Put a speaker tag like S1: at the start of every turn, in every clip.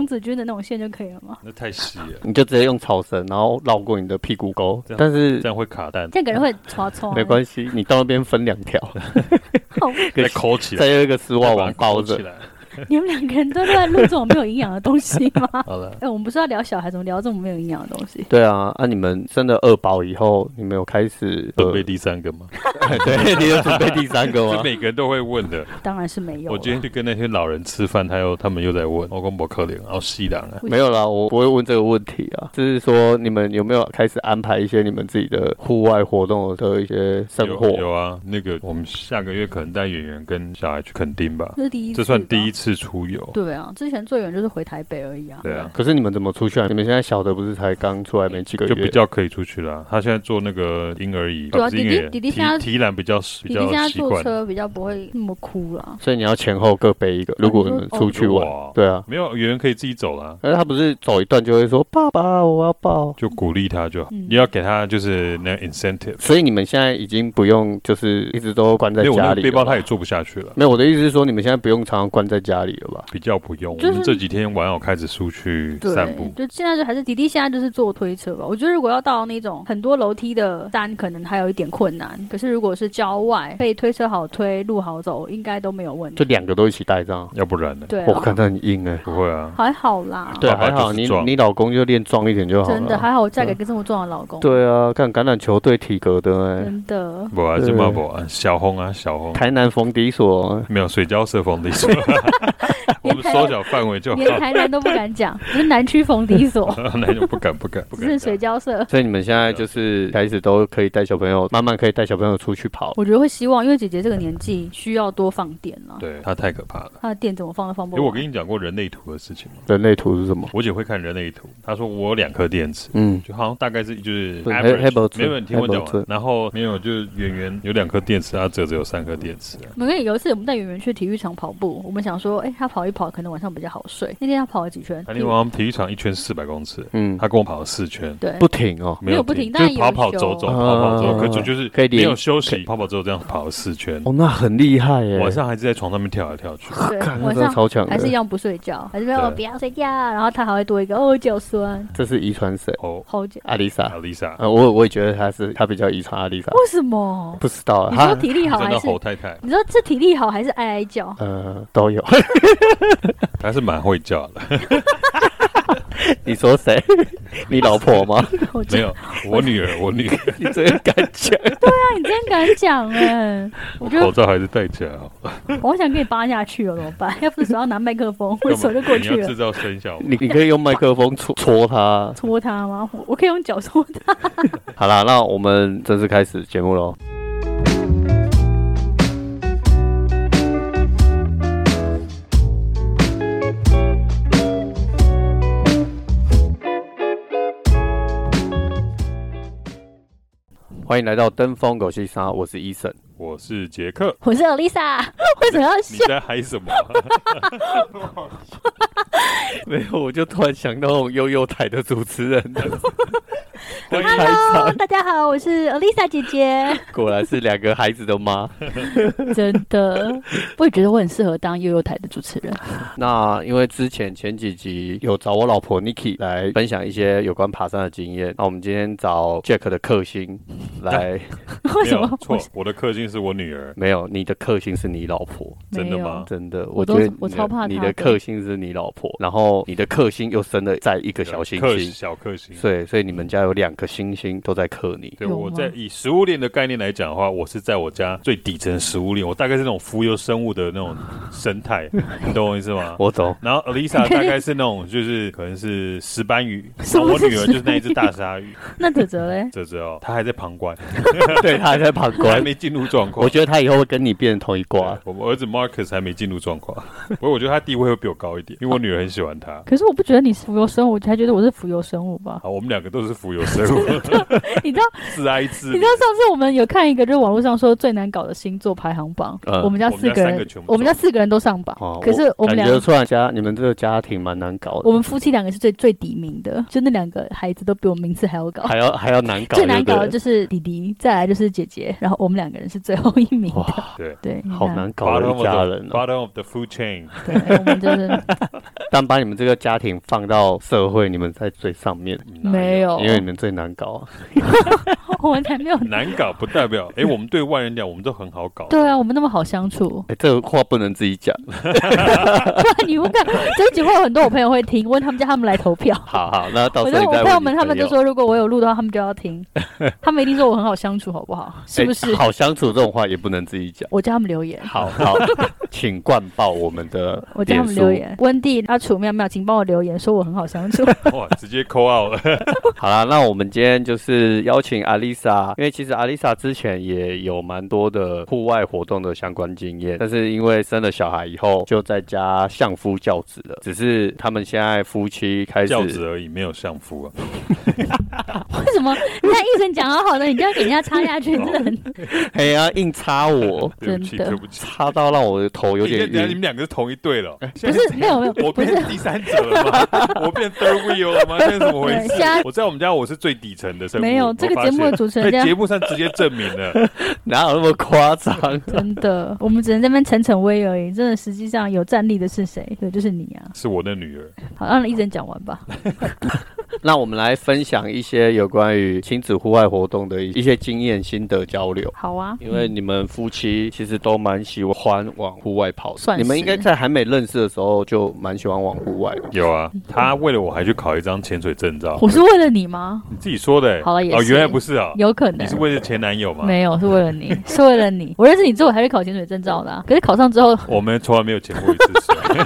S1: 童子军的那种线就可以了吗？
S2: 那太细了，
S3: 你就直接用草绳，然后绕过你的屁股沟
S2: 这，样
S3: 但是
S2: 这样会卡蛋
S1: 这，样感觉会戳戳。啊哦
S3: 没关系，你到那边分两条，
S1: 好，
S2: 再抠起来
S3: 再，用一个丝袜
S2: 再把它
S3: 网包
S2: 抠
S3: 着
S2: 起。 来。
S1: 你们两个人都在录这种没有营养的东西吗？
S2: 好了，
S1: 哎、我们不是要聊小孩，怎么聊这种没有营养的东西？
S3: 对啊，啊，你们真的二宝以后，你们有开始
S2: 准备第三个吗？
S3: 呃对， 你有准备第三个
S2: 这
S3: 吗？
S2: 每个人都会问 的。
S1: 当然是没有了。啊
S2: 我今天去跟那些老人吃饭，他又他们又在问，我跟我可怜，然后细狼啊，
S3: 没有啦，我不会问这个问题啊，就是说你们有没有开始安排一些你们自己的户外活动的一些生
S2: 有
S3: 活？
S2: 有啊，那个我们下个月可能带演员跟小孩去垦丁吧，
S1: 这是第一次，
S2: 这算第一。次出游。
S1: 对啊，之前最远就是回台北而已啊。
S2: 对啊，
S3: 可是你们怎么出去啊？你们现在小的不是才刚出来没几个
S2: 就比
S3: 月？
S2: 较可以出去啦。他现在坐那个婴儿椅，
S1: 对啊
S2: 不是婴儿椅
S1: 弟弟弟弟现在
S2: 提提篮比较比
S1: 弟弟现在
S2: 较习
S1: 坐
S2: 惯。
S1: 车比较不会那么哭了。
S3: 所以你要前后各背一个。如果你们出去玩，
S2: 哇，
S3: 对啊，
S2: 没有演员可以自己走啦，
S3: 而他不是走一段就会说爸爸我要抱，
S2: 就鼓励他就好，
S1: 嗯
S2: 你要给他就是那个 incentive。
S3: 所以你们现在已经不用就是一直都关在
S2: 因为我
S3: 家
S2: 那
S3: 里
S2: 个背
S3: 了
S2: 包他也
S3: 吧
S2: 坐不下去了。
S3: 没有，我的意思是说你们现在不用常常关在家里了吧？
S2: 比较不用，
S1: 就是
S2: 我们这几天玩偶开始出去
S1: 对
S2: 散步，，
S1: 就现在就还是迪迪现在就是坐推车吧。我觉得如果要到那种很多楼梯的山，可能还有一点困难。可是如果是郊外，被推车好推，路好走，应该都没有问
S3: 就
S1: 题。
S3: 两个都一起带这样，
S2: 要不然呢？
S1: 对、啊，
S3: 我看到很硬哎、
S2: 不会啊，
S1: 还好啦，
S3: 对，
S2: 爸爸
S3: 还好
S2: 就是
S3: 你
S2: 壮
S3: 你老公就练壮一点
S2: 哦
S3: 就好了。
S1: 真的还好，我
S2: 嗯
S1: 嫁给一个这么壮的老公。，
S3: 对啊，看橄榄球队体格的哎、
S1: 真的。
S2: 不啊，
S3: 对
S2: 这么不啊，小红啊，小红，
S3: 台南逢迪所，
S2: 没有水交社风的意思， 我们缩小范围就好
S1: 连，台南都不敢 讲，只是南区逢迪所，
S2: 那就不敢不 敢不
S1: 只是
S2: 敢
S1: 水
S2: 讲。
S1: 交社。
S3: 所以你们现在就是开始都可以带小朋友，慢慢可以带小朋友出去跑。
S1: 我觉得会希望，因为姐姐这个年纪需要多放电了。
S2: 对他太可怕了。
S1: 她的电怎么放都放不
S2: 因
S1: 完。
S2: 为我跟你讲过人类图的事情嘛，
S3: 人类图是什么？
S2: 我姐会看人类图，她说我有两颗电池，
S3: 嗯，
S2: 就好像大概是就是
S3: 对黑黑宝
S2: average，
S3: 村
S2: 没有你听我讲
S3: 黑宝村
S2: 完，然后没有就是圆圆有两颗电池，啊，哲哲有三颗电池啊，
S1: 我跟你有一次，我们带圆圆去体育场跑步，我们想说，哎、她跑一跑，可能晚上比较好睡。那天她跑了几圈，
S2: 他另外我们体育场一圈四百公尺，
S3: 嗯，
S2: 他跟我跑了四圈，
S1: 对，
S3: 不停哦，
S1: 没有不停
S2: 就
S1: 但
S2: 是跑跑
S1: 有
S2: 走走，
S3: 休
S2: 跑跑
S3: 啊
S2: 走，可就就是
S3: 可以
S2: 没有
S3: 连
S2: 休息，跑跑走这样跑了四圈，
S3: 哦，那很厉害耶、
S2: 晚上还是在床上面跳来跳去。
S1: 对，
S3: 看那
S1: 晚
S3: 真的
S1: 上
S3: 超强
S1: 还是一
S3: 的，
S1: 样不睡觉，还是说哦
S2: 对
S1: 不要睡觉，然后她还会多一个哦脚酸，
S3: 这是遗传谁？
S2: 哦，
S1: 好久，
S3: 阿丽莎
S2: 阿丽莎，
S3: 啊，我我也觉得她是她比较遗传阿丽莎，
S1: 为什么？
S3: 不知道啊
S1: 你说
S3: 她
S1: 体力好
S2: 真
S1: 还
S2: 的
S1: 是
S2: 侯？太太，
S1: 你说是体力好还是爱爱叫？
S3: 呃都有。
S2: 她是蛮会叫的。
S3: 你说谁？ 你老婆吗？
S1: 我真
S2: 没有，我女儿，我女儿
S3: 你这个敢讲？
S1: 那你真敢讲哎、我觉
S2: 口
S1: 得
S2: 罩还是戴起来好。
S1: 我好想给你扒下去哦了，怎么办？要不是手要拿麦克风，我的手就过
S2: 你
S1: 去
S2: 要
S1: 了
S2: 制。造声效吗，
S3: 你你可以用麦克风戳戳啊他。
S1: 戳他吗？我我可以用脚戳他。
S3: 好啦，那我们正式开始节目喽。欢迎来到登峰狗戏沙，我是医生。
S2: 我是杰克。
S1: 我是 Elisa，为什 么要
S2: 你
S1: 笑？
S2: 在嗨什 么？
S3: 没有，我就突然想到那种悠悠台的主持 人的的开
S1: Hello，
S3: 场，
S1: 大家好，我是 Elisa 姐 姐。
S3: 果然是两个孩子的妈。
S1: 真的，我也觉得我很适合当悠悠台的主持人。
S3: 那因为之前前几集有找我老婆 Niki 来分享一些有关爬山的经验，那我们今天找 Jack 的克星来，
S1: 为
S2: 没
S1: 什么
S2: 有？错，我的氪金是我女儿。
S3: 没有你的克星是你老婆，
S1: 没有
S2: 真的吗
S3: 真的，
S1: 我
S3: 觉
S1: 都
S3: 得
S1: 我
S3: 你的
S1: 超怕她的
S3: 你的克星是你老婆，然后你的克星又生了在一个小星
S2: 氪
S3: 星，
S2: 小氪星。
S3: 所以所以你们家有两个星星都在克你。
S2: 对，
S1: 有
S2: 我
S1: 吗
S2: 在以食物链的概念来讲的话，我是在我家最底层食物链，我大概是那种浮游生物的那种生态，你懂我意思吗？
S3: 我懂，
S2: 然后 Lisa 大概是那种，就是可能是石斑鱼，然后我女儿就是那一只大鲨鱼，
S1: 那哲哲嘞？
S2: 这只哦，她还在旁观，
S3: 对他还在旁
S2: 我还
S3: 观，
S2: 没进入状况。
S3: 我觉得啊他以后会跟你变成同一挂
S2: 对。我儿子 Marcus 还没进入状况，不过我觉得他地位会比我高一点，因为我女儿很喜欢他。
S1: 可是我不觉得你是浮游生物，我才觉得我是浮游生物吧？
S2: 哦好，我们两个都是浮游生物，
S1: 你知道，
S2: 自哀自
S1: 你知道上次我们有看一个，就是网络上说最难搞的星座排行榜，
S3: 嗯
S1: 我们家
S2: 我们
S1: 四
S2: 家
S1: 个
S2: 三
S1: 人
S2: 个，全部
S1: 我们家四个人都上榜，
S3: 哦，
S1: 可是我们
S3: 感
S1: 两
S3: 觉
S1: 个，
S3: 出来家你们这个家庭蛮难搞
S1: 我
S3: 的，
S1: 们夫妻两个是最最底名的，就那两个孩子都比我们名次还要高。
S3: 还要还要难搞，
S1: 最难搞的
S3: 对
S1: 就是弟弟，再来就是姐姐，然后我们两个人是最后一名
S3: 不对
S1: 的。
S3: 哇，
S2: 对。
S1: 对，
S3: 好
S1: 那
S3: 难搞
S2: Bottom
S3: 的
S2: of
S3: 一家人
S2: the
S3: 哦。
S2: bottom of the food chain，
S1: 对，我们就是
S3: 但把你们这个家庭放到社会，你们在最上面，
S1: 没 有，
S3: 因为你们最难搞啊。
S1: 我们才没有。
S2: 难搞不代表哎，我们对外人讲我们都很好搞，
S1: 对啊，我们那么好相处，
S3: 哎，这个话不能自己讲。
S1: 不然你不敢。这集会有很多我朋友会听，问他们叫他们来投票。
S3: 好好，那到
S1: 我
S3: 时
S1: 就
S3: 候
S1: 我
S3: 你再
S1: 朋
S3: 问
S1: 友
S3: 你
S1: 们他们就说，如果我有录的话，他们就要 听，他们一定说我很好相处，好不好？是不
S3: 哎
S1: 是？
S3: 好相处这种话也不能自己讲。
S1: 我叫他们留言，
S3: 好 好，请灌爆我们的
S1: 我叫他
S3: 脸
S1: 们
S3: 书
S1: 留。言。温蒂、阿楚、妙妙，请帮我留言，说我很好相处。
S2: 哇，直接扣 out 了，
S3: 好啦，那我们今天就是邀请阿丽莎，因为其实阿丽莎之前也有蛮多的户外活动的相关经验，但是因为生了小孩以后就在家相夫教子了，只是他们现在夫妻开
S2: 教子
S3: 始。
S2: 而已，没有相夫啊。
S1: 为什么人家医生讲好好的，你就要给人家插下去，真的
S2: 哦
S1: 很
S3: 哎呀，硬插 我，
S2: 对不起，
S1: 真的
S2: 对不起，
S3: 插到让我的头有点哎
S2: 哎等一下你
S3: 晕
S2: 们。两个是同一队了，
S1: 不是没有没有
S2: 我
S1: 不
S2: 变
S1: 是
S2: 第三者了 吗？我变 third wheel 了吗？现在怎么回
S1: 对现在
S2: 事？我在我们家我是最底层的生物，
S1: 没有
S2: 我
S1: 这个
S2: 发
S1: 节目
S2: 现
S1: 的主持人这
S2: 在
S1: 样
S2: 节目上直接证明了，
S3: 哪有那么 夸张？
S1: 真的，我们只能在那边逞逞威而已。真的，实际上有战力的是谁？对，就是你啊。
S2: 是我的女儿。
S1: 好，让医生讲完 吧。
S3: 那我们来分享一些有关于亲子户外活动的一些经验、心得交流。
S1: 好啊，
S3: 因为你们夫妻其实都蛮喜欢往户外跑的，
S1: 算是
S3: 你们应该在还没认识的时候就蛮喜欢往户外的。
S2: 有啊，她为了我还去考一张潜水证照，
S1: 我是为了你吗？
S2: 你自己说的、欸。
S1: 好了也
S2: 哦，
S1: 是
S2: 原来不是啊，
S1: 有可能
S2: 你是为了前男友吗？
S1: 没有，是为了你，是为了你。我 认识你之后，我还是考潜水证照的、啊。可是考上之后，
S2: 我们从来没有潜过一次水，
S1: 没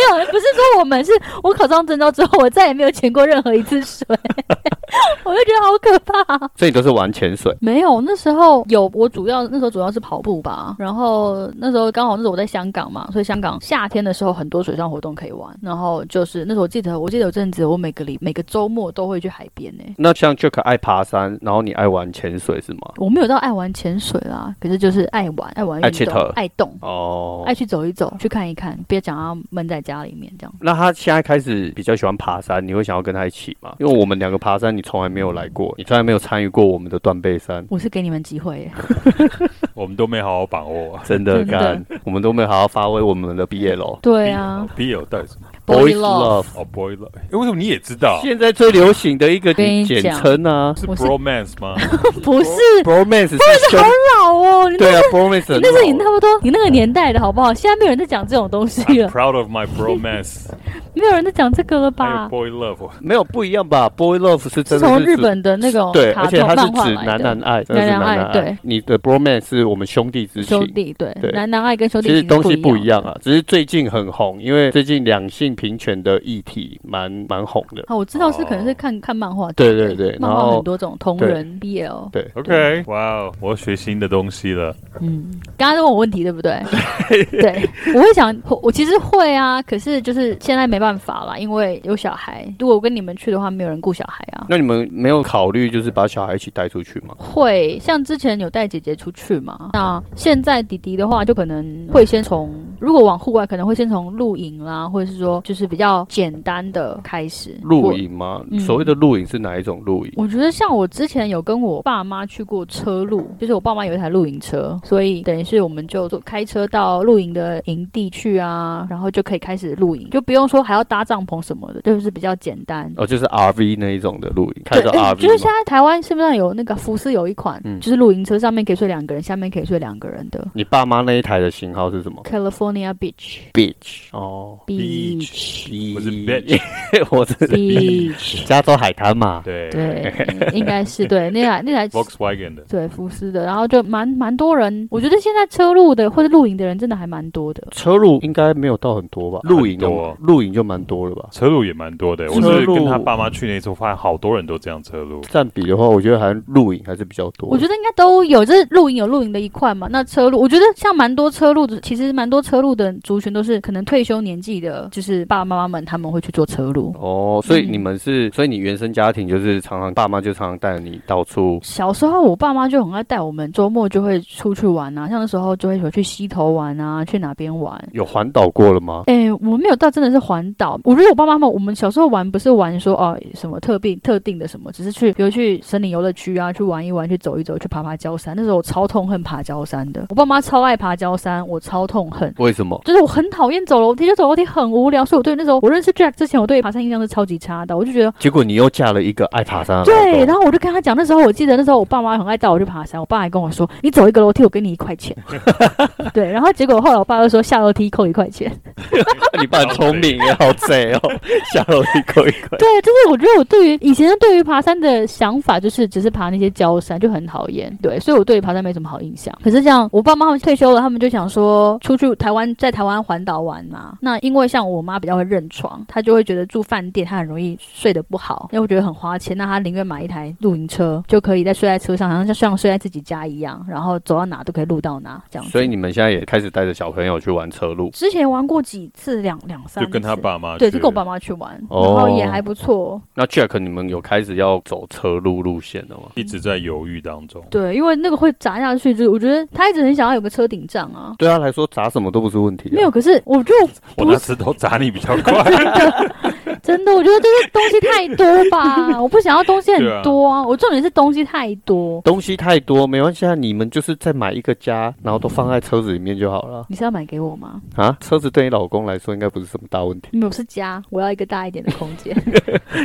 S1: 有，不是说我们是我考上证照之后，我再也没有潜过任何一次水， 我就觉得好可怕、
S3: 所以你都是玩潜水，
S1: 没有，那时候有我主要那时候主要是跑步吧，然后那时候刚好那时候我在香港嘛，所以香港夏天的时候很多水上活动可以玩，然后就是那时候我记得我记得有阵子我每个礼每个周末都会去海边呢、
S3: 那像 Jack 爱爬山，然后你爱玩潜水是吗？
S1: 我没有到爱玩潜水啦，可是就是爱玩爱玩
S3: 爱
S1: 运
S3: 去
S1: 动
S3: 头
S1: 爱动。
S3: 哦，
S1: 爱去走一走，去看一看，别讲要闷在家里面这样。
S3: 那他现在开始比较喜欢爬山，你会想要跟他一起吗？因为我们两个爬山，你从来没有来过，你从来没有参与过我们的断背山。
S1: 我是给你们机会 耶，
S2: 我们都没好好把握。
S3: 真的
S1: 真的
S3: 干，我们都没有好好发挥我们的毕业 楼。
S1: 对啊
S2: B L 到底是什么？
S1: ，body love，
S3: love，
S2: 哦，boy love，哎、为什么你也知道？
S3: 现在最流行的一个
S1: 跟你
S3: 简
S1: 讲
S3: 称 啊
S2: 是
S1: 我是
S2: bromance 吗？
S1: 不 是
S3: ，bromance 是兄
S1: 老哦，你那
S3: 哎对啊，bromance 很
S1: 那是
S3: 老
S1: 你差不多你那个年代的好不好？现在没有人在讲这种东西
S2: I'm
S1: 了，
S2: proud of my bromance，
S1: 没有人在讲这个了
S2: 还
S3: 哎
S2: 有
S1: 吧？
S2: boy love，
S3: 没有不一样吧？Boy Love 是
S1: 是
S3: 真的
S1: 从
S3: 指
S1: 日本的那种
S3: 对，
S1: 卡
S3: 而且
S1: 通
S3: 它
S1: 漫
S3: 是
S1: 画
S3: 指
S1: 来
S3: 男男
S1: 的
S3: 爱，真的是
S1: 男男
S3: 男
S1: 爱
S3: 男
S1: 对。
S3: 你的 bromance 是我们兄弟之情
S1: 兄，弟，对
S3: 对
S1: 男男爱跟兄弟
S3: 其实
S1: 情
S3: 东西
S1: 不
S3: 不一。样啊，只是最近很红，因为最近两性平权的议题蛮蛮红的。
S1: 啊，我知道是可能是
S2: 哦
S1: 看看漫画，
S3: 对对对，然
S1: 漫画
S3: 后
S1: 很多种同
S3: 对
S1: 人 BL，
S3: 对
S2: OK，哇哦，我要学新的东西了。
S1: 嗯，刚刚问我问题对不 对？对，我会想，我我其实会啊，可是就是现在没办法啦，因为有小孩。如果我跟你们去的话，没有人顾小孩啊。
S3: 那你们没有考虑就是把小孩一起带出去吗？
S1: 会像之前有带姐姐出去嘛？那现在弟弟的话，就可能会先从如果往户外，可能会先从露营啦，或者是说就是比较简单的开始
S3: 露。营吗？
S1: 嗯
S3: 所谓的露营是哪一种露营？
S1: 我我觉得像我之前有跟我爸妈去过车路，就是我爸妈有一台露营车，所以等于是我们就坐开车到露营的营地去啊，然后就可以开始露营，就不用说还要搭帐篷什么的，就是比较简单。
S3: 哦，就是 RV 那一种的露营，开
S1: 对，
S3: 着
S1: 哎
S3: RV
S1: 就是现
S3: 吗
S1: 在台湾是不是有那个福斯有一款，
S3: 嗯
S1: 就是露营车上面可以睡两个人，下面可以睡两个人的，
S3: 你爸妈那一台的型号是什么
S1: California Beach
S3: ？Beach 哦
S1: Beach
S2: 我是
S3: ，Beach，
S2: bitch
S3: 我 是
S1: Beach，
S3: 加州海滩嘛。
S2: 对
S1: 对， 应该是对那台那 台
S2: Volkswagen 的，
S1: 对福斯的，然后就蛮蛮多人，我觉得现在车路的或者露营的人真的还蛮多的。
S3: 车路应该没有到很多吧？
S2: 很多
S3: 露营的嘛露营就蛮多了吧？
S2: 车路也蛮多的。我
S3: 车
S2: 是
S3: 路
S2: 跟他爸妈去那次，我发现好多人都这样车路。
S3: 占比的话，我觉得还露营还是比较多。
S1: 我觉得应该都有，就是露营有露营的一块嘛。那车路，我觉得像蛮多车路的，其实蛮多车路的族群都是可能退休年纪的，就是爸爸妈妈们他们会去做车路。处。
S3: 哦，所以
S1: 嗯
S3: 你们是，所以你原生家庭就是常常爸妈就常常带你到处，
S1: 小时候，我爸妈就很爱带我们，周末就会出去玩啊，像那时候就会有去溪头玩啊，去哪边玩。
S3: 有环岛过了吗？
S1: 哎、我们没有到真的是环岛。我觉得我爸妈们，我们小时候玩不是玩说哦什么特定特定的什么，只是去比如去森林游乐区啊，去玩一玩，去走一走，去爬爬焦山。那时候我超痛恨爬焦山的，我爸妈超爱爬焦山，我超痛恨。
S3: 为什么？
S1: 就是我很讨厌走楼梯，就走楼梯很无聊，所以我对那时候我认识 Jack 之前，我对爬山印象是超级差的。我就觉得
S3: 结果你又嫁了一个爱爬山的老
S1: 对，啊
S3: 公
S1: 然后我就跟他讲，那时候我记得那时候我爸妈很爱带我去爬山，我爸还跟我说，你走一个楼梯，我给你一块钱。 对，然后结果后来我爸又说下楼梯扣一块钱。
S3: 啊你爸很聪明，好贼 哦，下楼一口一口。
S1: 对，就是我觉得我对于以前对于爬山的想法，就是只是爬那些焦山就很讨厌，对，所以我对于爬山没什么好印象。可是像我爸妈他们退休了，他们就想说出去台湾，在台湾环岛玩嘛。那因为像我妈比较会认床，她就会觉得住饭店她很容易睡得不好，因为我觉得很花钱，那她宁愿买一台露营车，就可以在睡在车上，好像像睡在自己家一样，然后走到哪都可以录到哪这样子。
S3: 所以你们现在也开始带着小朋友去玩车路，
S1: 之前玩过几次，两两三
S2: 就跟他
S1: 次
S2: 爸妈
S1: 对，
S2: 去
S1: 就跟我爸妈去玩，
S3: 哦
S1: 然后也还不错。
S3: 那 Jack 你们有开始要走车路路线了吗？
S2: 一直在犹豫当中。
S1: 对，因为那个会砸下去，就是我觉得他一直很想要有个车顶帐啊。
S3: 对他来说砸什么都不是问题、啊。
S1: 没有，，可是我就
S2: 我
S1: 不
S2: 拿
S1: 是
S2: 石头砸你比较快，
S1: 真的，我觉得这个东西太多吧，我不想要东西很多啊。我重点是东西太多，
S3: 东西太多没关系啊，你们就是再买一个家，然后都放在车子里面就好了
S1: 你是要买给我吗？
S3: 啊。车子对你老公来说应该不是什么大问题，
S1: 没有，是家，我要一个大一点的空间。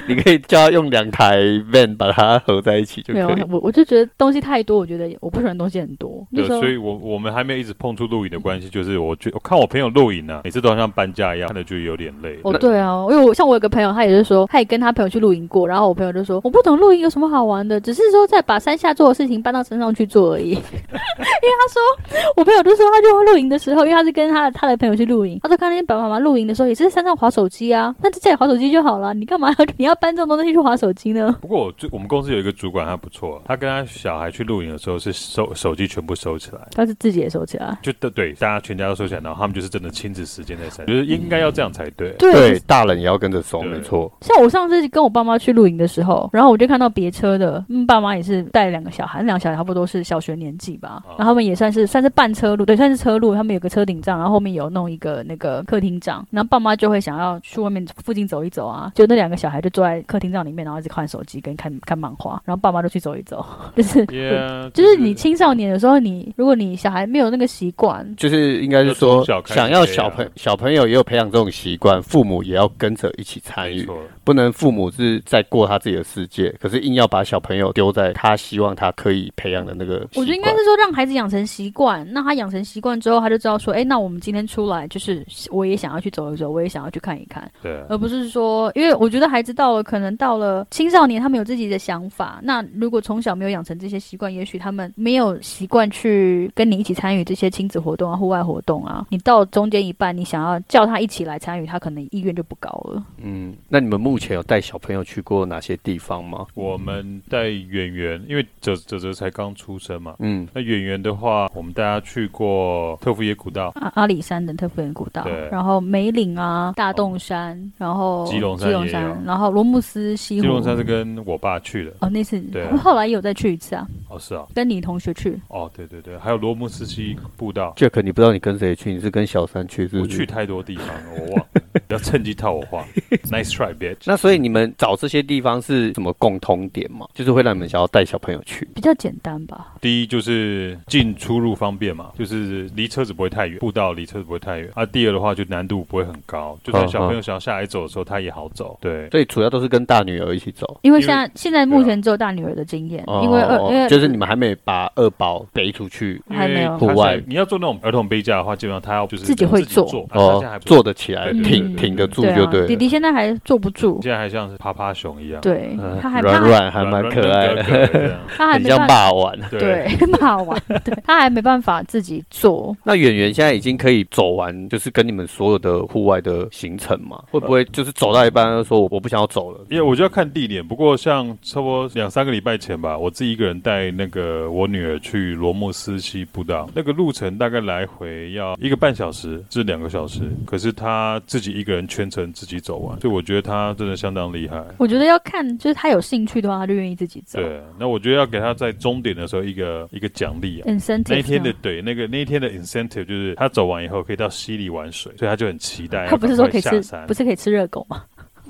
S3: 你可以叫他用两台 van 把它合在一起就
S1: 没有
S3: 可以。，
S1: 我我就觉得东西太多，我觉得我不喜欢东西很多。那
S2: 对，
S1: 时候
S2: 所以我我们还没有一直碰触录影的关系，就是我觉我看我朋友录影啊，每次都好像搬家一样，看着就有点累。
S1: 哦，对啊，因为我像我有个朋友，他也是说，他也跟他朋友去露营过，然后我朋友就说，我不懂露营有什么好玩的，只是说再把山下做的事情搬到山上去做而已。因 为他说，我朋友就说，他就露营的时候，因为他是跟他的他的朋友去露营，他说看那些爸爸妈妈露营的时候，也是在山上划手机啊，那就在家里划手机就好了，你干嘛要 你要搬这种东西去划手机呢？
S2: 不过我最我们公司有一个主管，他不错，他跟他小孩去露营的时候是收手机全部收起来，
S1: 他是自己也收起来。
S2: 就对对，大家全家都收起来，然后他们就是真的亲子时间在山，就是应该要这样才 对。
S3: 对，大人也要跟着收，
S2: 对
S3: 没错。
S1: 像我上次跟我爸妈去露营的时候，然后我就看到别车的，嗯，爸妈也是带了两个小孩，那两个小孩差不多是小学年纪吧，
S2: 啊
S1: 然后他们也算是算是半车路，对，算是车路，他们有个车顶帐，然后后面有弄一个那个客厅帐，然后爸妈就会想要去外面附近走一走啊，就那两个小孩就坐在客厅帐里面，然后一直看手机跟看看漫画，然后爸妈就去走一走， 就是。
S2: Yeah，
S1: 就是你青少年的时候你，如果你小孩没有那个习惯，
S3: 就是应该是说
S2: 要从小，开始
S3: 想要
S2: 培养
S3: 小朋小朋友也有培养这种习惯，父母也要跟着一起参
S2: 没
S3: 与。
S2: 错，
S3: 不能父母是在过他自己的世界，可是硬要把小朋友丢在他希望他可以培养的那个习惯。
S1: 我觉得应该是说让孩子养成习惯，那他养成习惯之后，他就知道说，哎，那我们今天出来就是我也想要去走一走，我也想要去看一看，
S2: 对啊。
S1: 而不是说，因为我觉得孩子到了可能到了青少年，他们有自己的想法，那如果从小没有养成这些习惯，也许他们没有习惯去跟你一起参与这些亲子活动啊、户外活动啊，你到中间一半，你想要叫他一起来参与，他可能意愿就不高了。
S3: 嗯，那你们目前有带小朋友去过哪些地方吗？
S2: 我们带演员，因为哲哲哲才刚出生嘛。
S3: 嗯，
S2: 那演员的话，我们大家去过特富野古道、
S1: 阿阿里山等特富岩古道
S2: 对，
S1: 然后梅岭啊、大洞山，然后
S2: 基隆山
S1: 基隆
S2: 也有
S1: 山，然后罗姆斯西湖。
S2: 基隆山是跟我爸去的。
S1: 哦，那次
S2: 对啊
S1: 我们后来也有再去一次啊，
S2: 哦，是啊，
S1: 跟你同学去。
S2: 哦，对对对，还有罗姆斯基步道。
S3: 杰克，你不知道你跟谁去，你是跟小三去是
S2: 我
S3: 不是？
S2: 去。太多地方了，我忘了。不要趁机套我 话。nice try, bitch。
S3: 那所以你们找这些地方是什么共通点吗？就是会让你们想要带小朋友去。
S1: 比较简单吧，
S2: 第一就是进出入方便嘛，就是离车子不会太远，步道离车子不会太远。啊，第二的话就难度不会很高，就算小朋友想要下来走的时候，他也好走。对，
S3: 所以主要都是跟大女儿一起走。哦
S1: 因为
S2: 因为啊哦
S1: 现在现在目前只有大女儿的经验，因为二呃因为
S3: 就是你们还没把二宝背出去
S1: 还没有
S2: 因为他现在
S3: 户外
S2: 你要做那种儿童杯架的话，基本上他要就是
S1: 自己会
S2: 做
S1: 做，
S2: 啊他现在还不
S3: 哦坐得起来，
S1: 对对对
S3: 挺挺得住
S1: 对
S3: 就
S1: 啊，
S3: 对
S1: 弟
S3: 了。
S1: 弟现在还坐不住，
S2: 现在还像是趴趴熊一样，
S1: 对
S3: 嗯，
S1: 他还他
S3: 软
S1: 还
S3: 软还蛮可爱的，
S2: 的，
S1: 他还
S3: 很
S1: 没
S3: 像
S1: 办法，
S3: 霸王。
S2: 对。
S1: 对， 骂完，对他还没办法自己做，
S3: 那演员现在已经可以走完，就是跟你们所有的户外的行程嘛？会不
S2: 呃
S3: 会就是走到一半就说我我不想要走了？
S2: 因为我就要看地点，不过像差不多两三个礼拜前吧，我自己一个人带那个我女儿去罗莫斯西步道，那个路程大概来回要一个半小时至两个小时，可是她自己己一个人全程自己走完，所以我觉得他真的相当厉害。
S1: 我觉得要看，就是他有兴趣的话，他就愿意自己走。
S2: 对，那我觉得要给他在终点的时候一个一个奖励啊。
S1: ，incentive
S2: 那一天
S1: 嗯这
S2: 的
S1: 样
S2: 对那个那一天的 incentive 就是他走完以后可以到溪里玩水，所以他就很期待。
S1: 他不是说可以
S2: 要赶快
S1: 吃
S2: 下，山
S1: 不是可以吃热狗 吗？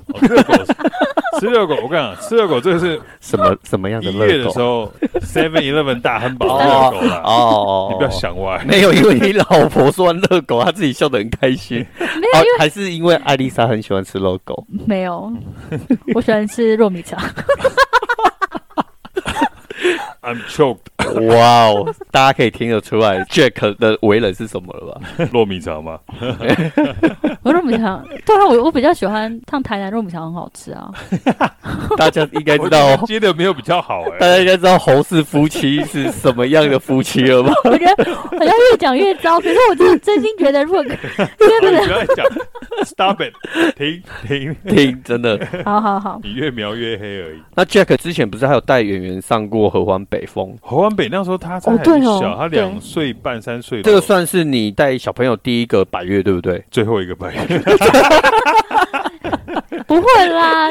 S2: 哦热狗，吃热狗，我跟你讲，吃热狗这个是
S3: 什么什么样的
S2: 啊一月
S3: 热
S2: 的时
S3: 狗？
S2: 候 Seven Eleven 大汉堡
S3: 哦
S2: 热狗啦。
S3: 哦，
S2: 你不要想歪，
S3: 没有，因为你老婆说完热狗，她自己笑得很 开心。
S1: 没有
S3: 哦，还是因为艾丽莎很喜欢吃热狗。
S1: 没 有，我喜欢吃糯米肠。
S2: ，I'm choked
S3: 哇哦，大家可以听得出来 Jack 的为人是什么了吧？
S2: 糯米肠嘛。
S1: 我糯米肠，对啊，我我比较喜欢像台南糯米肠很好吃啊。
S3: 大家应该知
S2: 我
S3: 道
S2: 觉
S3: 哦
S2: 得，接的没有比较好
S3: 大
S2: 哎。
S3: 家应该知道侯氏夫妻是什么样的夫妻 了吧？
S1: 我觉得好像越讲越糟，可是我真真心觉得，如果
S2: 不
S1: 真的
S2: 要再讲，Stop it，停停，
S3: 听，真的。
S1: 好好好，
S2: 你越描越黑而已。
S3: 那 Jack 之前不是还有带演员上过合欢北风？
S2: 侯安北那时候他才
S1: 哦对
S2: 很
S1: 哦
S2: 小，他
S1: 对
S2: 两岁半三岁，
S3: 这个算是你带小朋友第一个百月，对不对？
S2: 最后一个白 月。
S1: 不会啦，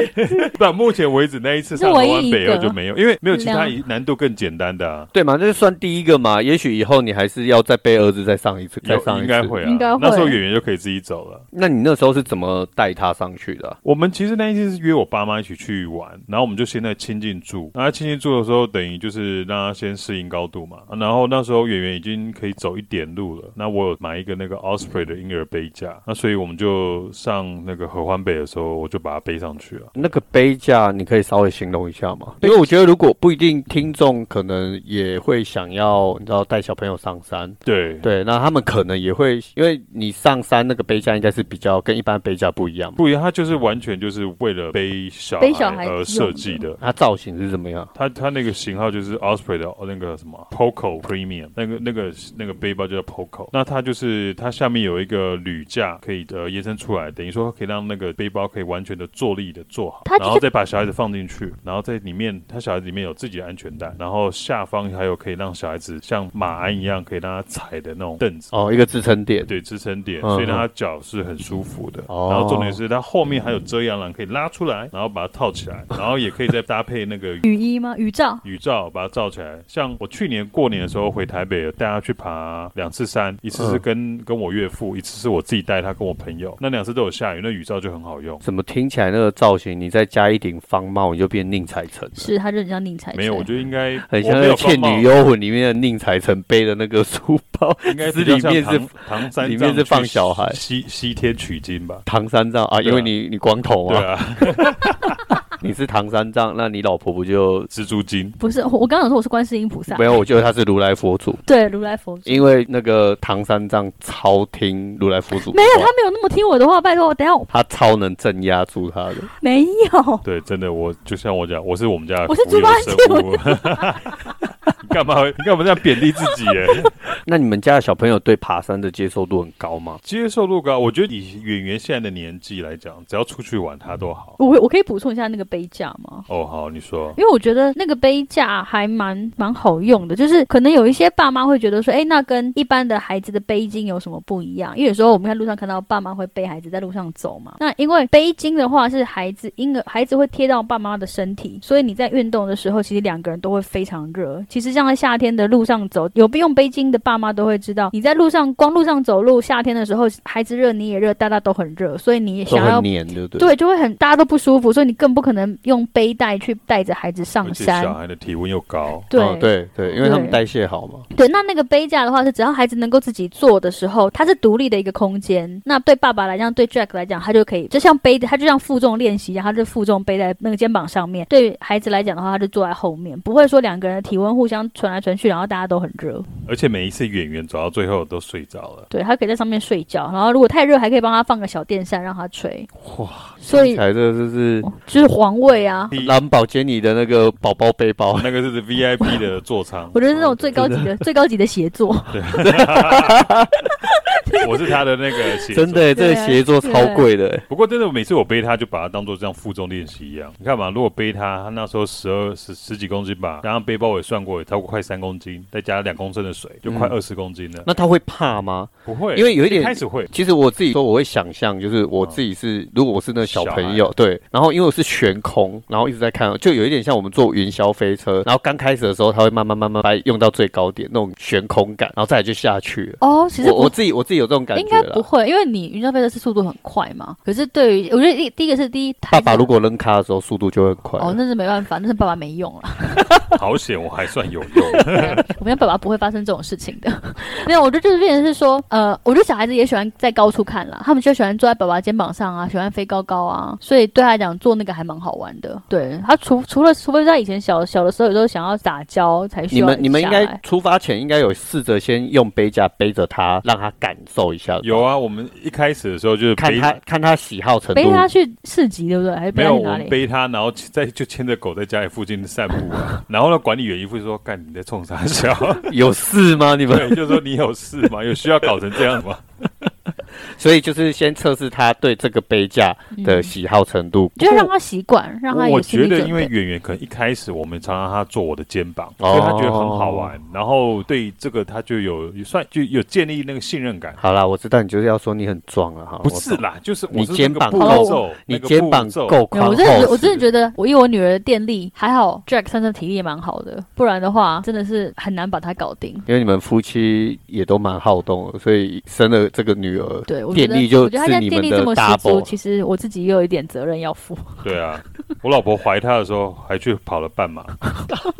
S2: 到目前为止那一次上
S1: 是
S2: 侯
S1: 唯一
S2: 安北
S1: 一个
S2: 后就没有，因为没有其他
S1: 两
S2: 一难度更简单的啊。
S3: 对嘛，那就算第一个嘛。也许以后你还是要再被儿子再上一次，再
S2: 有
S3: 上一次。
S2: 应该。会啊，
S1: 应该会
S2: 那时候演员就可以自己走了。
S3: 那你那时候是怎么带他上去的啊、
S2: 我们其实那一次是约我爸妈一起去玩，然后我们就先在亲近住。那亲近住的时候，等于就是让他先适应高度嘛。然后那时候演员已经可以走一点路了，那我有买一个那个 Osprey 的婴儿背架，那所以我们就上那个合欢北的时候，我就把它背上去了。
S3: 那个杯架，你可以稍微形容一下吗？因为我觉得如果不一定听众可能也会想要，你知道带小朋友上山，
S2: 对
S3: 对，那他们可能也会，因为你上山那个杯架应该是比较跟一般杯架不一样嘛。
S2: 不一样，它就是完全就是为了背小
S1: 背小孩
S2: 而设计的。
S3: 它造型是怎么样？
S2: 它它那个型号就是 Osprey 的那个什么 Poco Premium，那个那个那个背包就叫 Poco。那它就是它下面有一个铝架可以呃延伸出来，等于说可以让那个背包可以完全的坐立的坐好，
S1: 它就
S2: 然
S1: 是
S2: 后再把小孩子放进去，然后在里面它小孩子里面有自己的安全带，然后下方还有可以让小孩子像马鞍一样可以让他踩的那种凳子。
S3: 哦，一个支撑点。
S2: 对支撑点，
S3: 嗯
S2: 所以让他脚是很舒服的。
S3: 哦
S2: 然后重点是它后面还有遮阳栏可以拉出来，然后把它套起来，然后也可以再搭配那个
S1: 雨衣吗？雨罩。
S2: 雨罩把它罩起来。像我去年过年的时候回台北，带他去爬两次山，一次是
S3: 嗯
S2: 跟、跟我岳父，一次是我自己带他跟我朋友。那两次都有下雨，那雨罩就很好用。
S3: 怎么听起来那个造型？你再加一顶方帽，你就变宁采臣了，
S1: 是，他就很像宁采臣。
S2: 没有，我觉得应该
S3: 很
S2: 我
S3: 像
S2: 没
S3: 那
S2: 有
S3: 个《倩
S2: 放帽
S3: 女幽魂》里面的宁采臣背的那个书包，
S2: 应 该
S3: 是
S2: 比较
S3: 里面
S2: 像
S3: 是
S2: 唐唐三藏
S3: 里面是放小孩
S2: 去西西天取经吧？
S3: 唐三藏
S2: 对
S3: 啊，
S2: 啊
S3: 因为你你光头
S2: 对
S3: 啊，
S2: 啊，
S3: 你是唐三藏，那你老婆不就？
S2: 蜘蛛精。
S1: 不是，我我刚刚有说我是观世音菩萨
S3: 没，有，我觉得她是如来佛祖，
S1: 对，如来佛祖。
S3: 因为那个唐三藏超听如来佛祖的话，
S1: 没有，他没有那么听我的话，拜托，等一下我
S3: 他超能镇压住他的。
S1: 没有。
S2: 对，真的，我就像我讲，我是我们家的
S1: 我是
S2: 浮游
S1: 猪八
S2: 生
S1: 戒
S2: 物你 干嘛？你干嘛这样贬低自己、耶？
S3: 那你们家的小朋友对爬山的接受度很高吗？
S2: 接受度高，我觉得以演员现在的年纪来讲，只要出去玩，他都好。
S1: 我我可以补充一下那个杯架吗？
S2: 哦，好，你说，
S1: 因为我觉得那个杯架还蛮蛮好用的，就是可能有一些爸妈会觉得说，哎，那跟一般的孩子的背巾有什么不一样？因为有时候我们在路上看到爸妈会背孩子在路上走嘛，那因为背巾的话是孩子婴儿孩子会贴到爸妈的身体，所以你在运动的时候，其实两个人都会非常热。其实像在夏天的路上走，有备用背巾的爸妈都会知道，你在路上光路上走路，夏天的时候孩子热你也热，大家都很热，所以你也
S3: 都
S1: 想要
S3: 很黏，对不对？
S1: 对，就会很大家都不舒服，所以你更不可能用背带去带着孩子
S2: 而
S1: 上
S2: 且
S1: 山
S2: 小。孩的体温又高，
S1: 对、
S3: 哦对对，因为他们代谢好嘛。
S1: 对那那个杯架的话，是只要孩子能够自己坐的时候，它是独立的一个空间。那对爸爸来讲，对 Jack 来讲，他就可以就像背，他就像负重练习一样，他就负重背在那个肩膀上面。对孩子来讲的话，他就坐在后面，不会说两个人的体温互相传来传去，然后大家都很热。
S2: 而且每一次演员走到最后都睡着了。
S1: 对他可以在上面睡觉，然后如果太热，还可以帮他放个小电扇让他吹。
S3: 哇，
S1: 所以
S3: 听起来这就是
S1: 哦就是皇位啊，
S2: 第一
S3: 蓝宝坚尼的那个宝宝背包，
S2: 那个是 VIP 的座舱
S1: 我，觉得是那种最高级的、最高级的协作。
S2: 我是他的那个写手
S3: 真的耶，这个
S1: 对啊
S3: 协作超贵的耶。
S2: 不过真的，每次我背它，就把它当做这样负重练习一样。你看嘛，如果背它，它那时候十二十十几公斤吧，加上背包我也算过，也超过快三公斤，再加两公升的水，就快
S3: 嗯
S2: 二十公斤了。
S3: 那他会怕吗？
S2: 不会，
S3: 因为有一点
S2: 一开始会，
S3: 其实我自己说，我会想象，就是我自己是，如果我是那小朋
S2: 嗯小
S3: 友，对，然后因为我是悬空，然后一直在看，就有一点像我们坐云霄飞车，然后刚开始的时候，它会慢慢慢慢把用到最高点那种悬空感，然后再来就下去了。
S1: 哦，其实
S3: 我
S1: 不
S3: 我自己我自己有这种感
S1: 应
S3: 觉
S1: 该不
S3: 了。
S1: 会，因为你云霄飞车是速度很快嘛。可是对于我觉得第第一个是第一，
S3: 爸爸如果扔卡的时候，速度就会很快了。
S1: 哦，那是没办法，那是爸爸没用 了。
S2: 好险，我还算有用。
S1: 我们家爸爸不会发生这种事情的。 没有，我觉得就是变成是说，呃，我觉得小孩子也喜欢在高处看啦，他们就喜欢坐在爸爸肩膀上啊，喜欢飞高高啊，所以对他来讲做那个还蛮好玩的。对他除除了除非在以前小小的时候，有时候想要打胶才需
S3: 你
S1: 要
S3: 们你们应该
S1: 下来欸
S3: 出发前应该有试着先用背架背着它，让它感受一下。
S2: 有啊，我们一开始的时候就是
S3: 看
S2: 背
S3: 它看它喜好程度
S1: 背。他去市集对不对？还是
S2: 没
S1: 背他去
S2: 有，我
S1: 哪
S2: 们
S1: 里？
S2: 背它，然后再就牵着狗在家里附近散步啊。 然后呢，管理员一副说：“干你在冲啥笑？”
S3: 有事吗？你们？
S2: 对，就说你有事 吗？有需要搞成这样吗？
S3: 所以就是先测试它对这个背架
S1: 嗯
S2: 嗯
S3: 的喜好程度。
S1: 就是让他习惯，让他
S2: 我
S1: 有心
S2: 觉
S1: 理
S2: 得，
S1: 准
S2: 因为
S1: 备。
S2: 演员可能一开始我们常让他坐我的肩膀，
S3: 哦
S2: 所以他觉得很好玩，然后对这个他就有算就有建立那个信任感。
S3: 好啦，我知道你就是要说你很壮啊了哈。
S2: 不是
S3: 我懂，
S2: 啦，就是我
S3: 你
S2: 是
S3: 肩
S2: 那个
S3: 膀
S2: 步
S1: 够
S2: 骤，
S3: 你
S2: 那个
S3: 肩膀
S2: 步骤
S3: 够
S1: 没有
S3: 宽
S1: 我真的觉
S3: 厚
S1: 得，我真的
S3: 实。
S1: 觉得，我以我女儿的电力还好，Jack 三的体力也蛮好的，不然的话真的是很难把他搞定。
S3: 因为你们夫妻也都蛮好动的，所以生了这个女儿，
S1: 对，我觉
S3: 电
S1: 得
S3: 力就
S1: 我觉得他
S3: 是
S1: 现在
S3: 你
S1: 电
S3: 们
S1: 力这
S3: 的
S1: 么十足，
S3: double。
S1: 其实我自己也有一点责任要负。
S2: 对啊，我老婆怀他的时候还去跑了半马，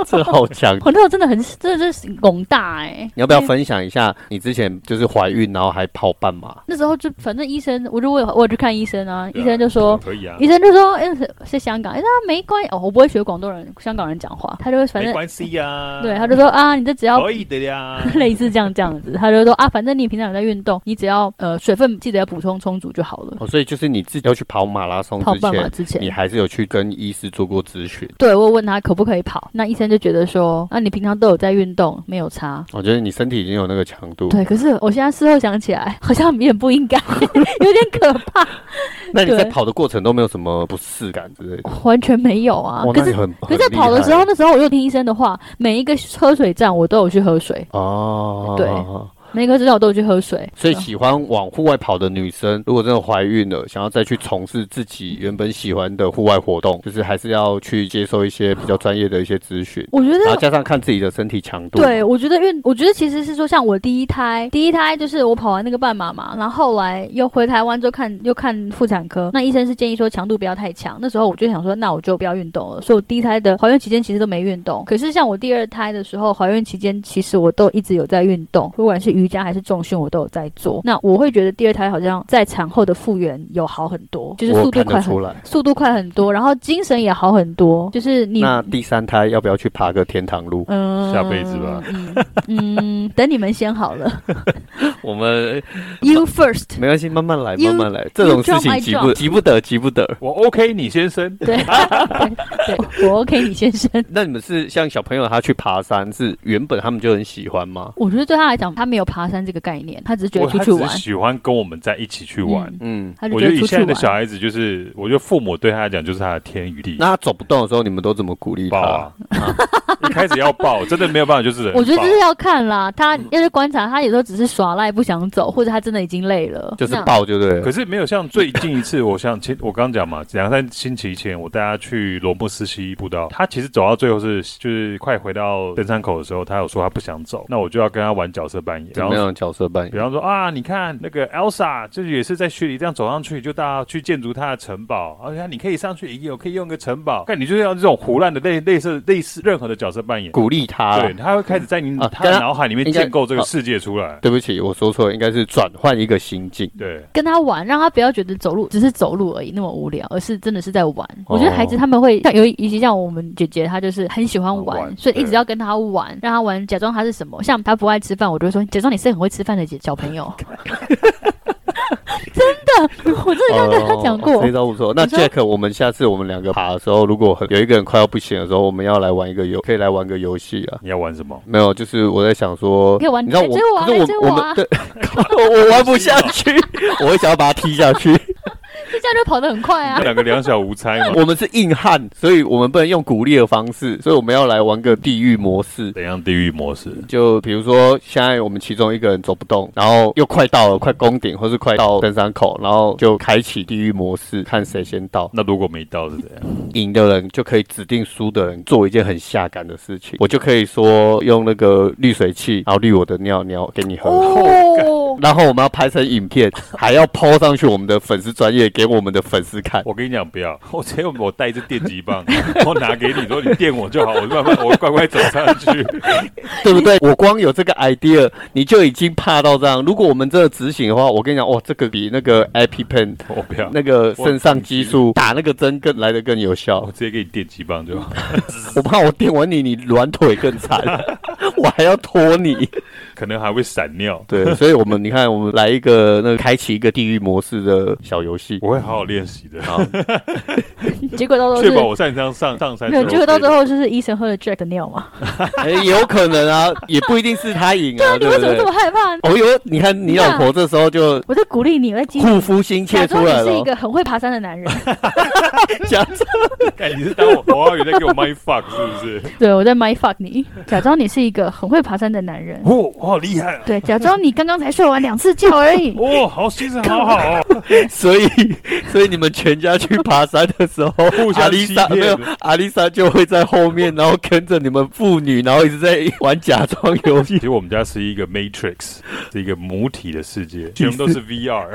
S3: 这 好强！
S1: 我那时候真的很，真的是拱大哎、
S3: 你要不要分享一下你之前就是怀孕，然后还跑半马？
S1: 那时候就反正医生，我就我有我有去看医生啊，
S2: 对
S1: 医
S2: 啊
S1: 生就说。
S2: 可以啊
S1: 医，生就说：“哎、是是香港，哎、那没关系哦，我不会学广东人、香港人讲话，他就会反
S2: 没
S1: 正
S2: 关系呀，
S1: 对，他就说啊，你这只
S3: 哦
S1: 要
S2: 可以的呀。
S1: 类似这样这样子，他就说啊，反正你平常有在运动，你只要呃水分记得要补充充足就好了。
S3: 哦，所以就是你自己要去跑马拉松
S1: 嗯跑
S3: 之
S1: 半马
S3: 前，
S1: 之前
S3: 你，还是有去跟医师做过咨询。
S1: 对我有问他可不可以跑，那医生就觉得说，那、你平常都有在运动，没有差，
S3: 我觉得你身体已经有那个强度。
S1: 对，可是我现在事后想起来，好像有点不应该， 有点可怕，
S3: 那你在
S1: 对
S3: 跑的过程都没有什么不适感之类的？
S1: 完全没有啊。
S3: 哇，
S1: 可
S3: 那你
S1: 是
S3: 很
S1: 可是在跑的时候，
S3: 呢？
S1: 那时候我又听医生的话，每一个喝水站我都有去喝水，
S3: 哦，
S1: 对每一个车站我都有去喝水。
S3: 所以
S1: 嗯
S3: 喜欢往户外跑的女生，如果真的怀孕了，想要再去从事自己原本喜欢的户外活动，就是还是要去接受一些比较专业的一些咨询，
S1: 我觉
S3: 然后
S1: 得。
S3: 加上看自己的身体强度。
S1: 对，，我觉得运，我觉得其实是说，像我第一胎，第一胎就是我跑完那个半马嘛，然后后来又回台湾之后看，又看妇产科，那医生是建议说强度不要太强。那时候我就想说，那我就不要运动了，所以我第一胎的怀孕期间其实都没运动。可是像我第二胎的时候，怀孕期间其实我都一直有在运动，不管是瑜伽还是重训，我都有在做。那我会觉得第二胎好像在产后的复原有好很多，就是
S3: 我
S1: 速度
S3: 看
S1: 快
S3: 得
S1: 很
S3: 出。来。
S1: 速度快很多，然后精神也好很多，就是你
S3: 那第三胎要不要去爬个天堂路？
S1: 嗯，
S2: 下辈子吧
S1: 嗯。嗯等你们先好了
S3: 我们
S1: ，You first。
S3: 没关系，慢慢来，
S1: You-
S3: 慢慢来。这种事
S1: jump,
S3: 情
S1: I
S3: 急不
S1: jump
S3: 急不得，急 不得。
S2: 我 OK，你先生，
S1: 对对对，我 OK，你先生。
S3: 那你们是像小朋友他去爬山，是原本他们就很喜欢吗？
S1: 我觉得对他来讲，他没有爬山这个概念，他只是觉
S2: 我
S1: 得出
S2: 他
S1: 去
S2: 只
S1: 玩
S2: 是，喜欢跟我们在一起去玩。
S1: 嗯
S3: 嗯，
S1: 他就
S2: 我觉得
S1: 得
S2: 以
S1: 出
S2: 现
S1: 去
S2: 在的小
S1: 玩。
S2: 孩子，就是我觉得父母对他来讲就是他的天与地。
S3: 那他走不动的时候，你们都怎么鼓励他？
S2: 抱啊， 一开始要抱，真的没有办法，就是人
S1: 我觉得
S2: 抱
S1: 这是要看啦，他
S2: 嗯
S1: 要去观察，他有时候只是耍赖不想走，或者他真的已经累了，
S3: 就是
S1: 那
S3: 抱，就对了。
S2: 可是没有像最近一次，我想前我刚讲嘛，两三星期前我带他去罗布斯西步道，他其实走到最后是就是快回到登山口的时候，他有说他不想走，那我就要跟他玩角色扮演，
S3: 怎
S2: 然
S3: 么
S2: 后。
S3: 样的角色扮
S2: 比
S3: 演？
S2: 方说啊，你看那个 Elsa，就是也是在雪里这样走上去，就大家去建筑她的城堡。而且你可以上去也有可以用个城堡，看你就是要这种胡乱的类类似类似任何的角色扮演，
S3: 鼓励他啦
S2: 对，他会开始在你
S3: 啊
S2: 他的
S3: 跟他
S2: 脑海里面
S3: 应该
S2: 建构这个
S3: 啊
S2: 世界出来。
S3: 对不起，我说错了，应哦该是转换一个心境。
S2: 对，
S1: 跟他玩，让他不要觉得走路只是走路而已那么无聊，而是真的是在玩。
S3: 哦
S1: 我觉得孩子他们会像尤尤其像我们姐姐，她就是很喜欢玩，
S2: 玩
S1: 所以一直
S2: 对
S1: 要跟他玩，让他玩，假装他是
S3: Oh
S1: 什么。像他不爱吃饭，我就会说假装你是很会吃饭的姐小朋友。这我真的这样跟他讲过。
S3: 这招不错。那
S1: 你说
S3: Jack，我们下次我们两个爬的时候，如果很有一个人快要不行的时候，我们要来玩一个游，可以来玩个游戏啊。
S2: 你要玩什么？
S3: 没有，就是我在想 说，
S1: 可以玩
S3: 你知道
S1: 来
S3: 我，
S1: 追我啊
S3: 可
S1: 来
S3: 是
S1: 追
S3: 我
S1: 我
S3: 我
S1: 啊
S3: 们对，我我玩不下去，我会想要把他踢下 去。
S1: 这样就跑得很快
S2: 你
S1: 啊
S2: 们！两个两小无猜吗？
S3: 我们是硬汉，所以我们不能用鼓励的方式，所以我们要来玩个地狱模式。
S2: 怎样地狱模式？
S3: 就比如说，现在我们其中一个人走不动，然后又快到了，快攻顶，或是快到登山口，然后就开启地狱模式，看谁先到。
S2: 那如果没到是 怎样？
S3: 赢的人就可以指定输的人做一件很下感的事情。我就可以说用那个滤水器，然后滤我的尿尿给你喝。
S1: 哦，
S3: 然后我们要拍成影片，还要抛上去我们的粉丝专业给我们的粉丝看。
S2: 我跟你讲，不要，我直接我带一支电击棒，然后拿给你，说你电我就好，我慢慢我乖乖走上去。
S3: 对不对？我光有这个 idea，你就已经怕到这样。如果我们真的执行的话，我跟你讲，哇，这个比那个 EpiPen
S2: 我不要，
S3: 那个肾上激素打那个针更来的更有效
S2: 我。直接给你电击棒就好。
S3: 我怕我电完你，你软腿更惨， 我还要拖你。
S2: 可能还会闪尿。
S3: 对，所以我们你看，我们来一个那个开启一个地狱模式的小游戏。
S2: 我会好好练习的，
S3: 好，
S1: 结果到
S2: 确
S1: 最
S2: 保
S1: 后
S2: 我擅长上上
S1: 是
S2: 山。
S1: 没有，结果到最，后就是医生喝了 Jack 的尿嘛。
S3: 哎、有可能啊，也不一定是他赢
S1: 对啊，
S3: 啊，
S1: 你
S3: 对
S1: 为
S3: 不
S1: 什么
S3: 对
S1: 这？么害怕？
S3: 哦哟，你看你老婆这时候就
S1: 我在鼓励你，我在激
S3: 护肤心切
S1: 假
S3: 出
S1: 装
S3: 来
S1: 你
S3: 了
S1: 是一
S3: 哦，
S1: 个很会爬山的男 人。
S3: 假
S2: 哎，你是当我黄浩宇在给我 my fuck 是 不是？
S1: 对，我在 my fuck 你， 假装你是一个很会爬山的男人。
S2: 哇，我好厉害啊！
S1: 对，假装你刚刚才睡完两次觉而 已。
S2: 哦，好精神，好好哦，
S3: 所以，所以你们全家去爬山的时候，
S2: 互
S3: 阿
S2: 相
S3: 丽
S2: 欺
S3: 莎没有
S2: 骗。，
S3: 阿丽莎就会在后面，然后跟着你们父女，然后一直在玩假装游戏
S2: 其。实我们家是一个 Matrix，是一个母体的世界，全部都是 VR，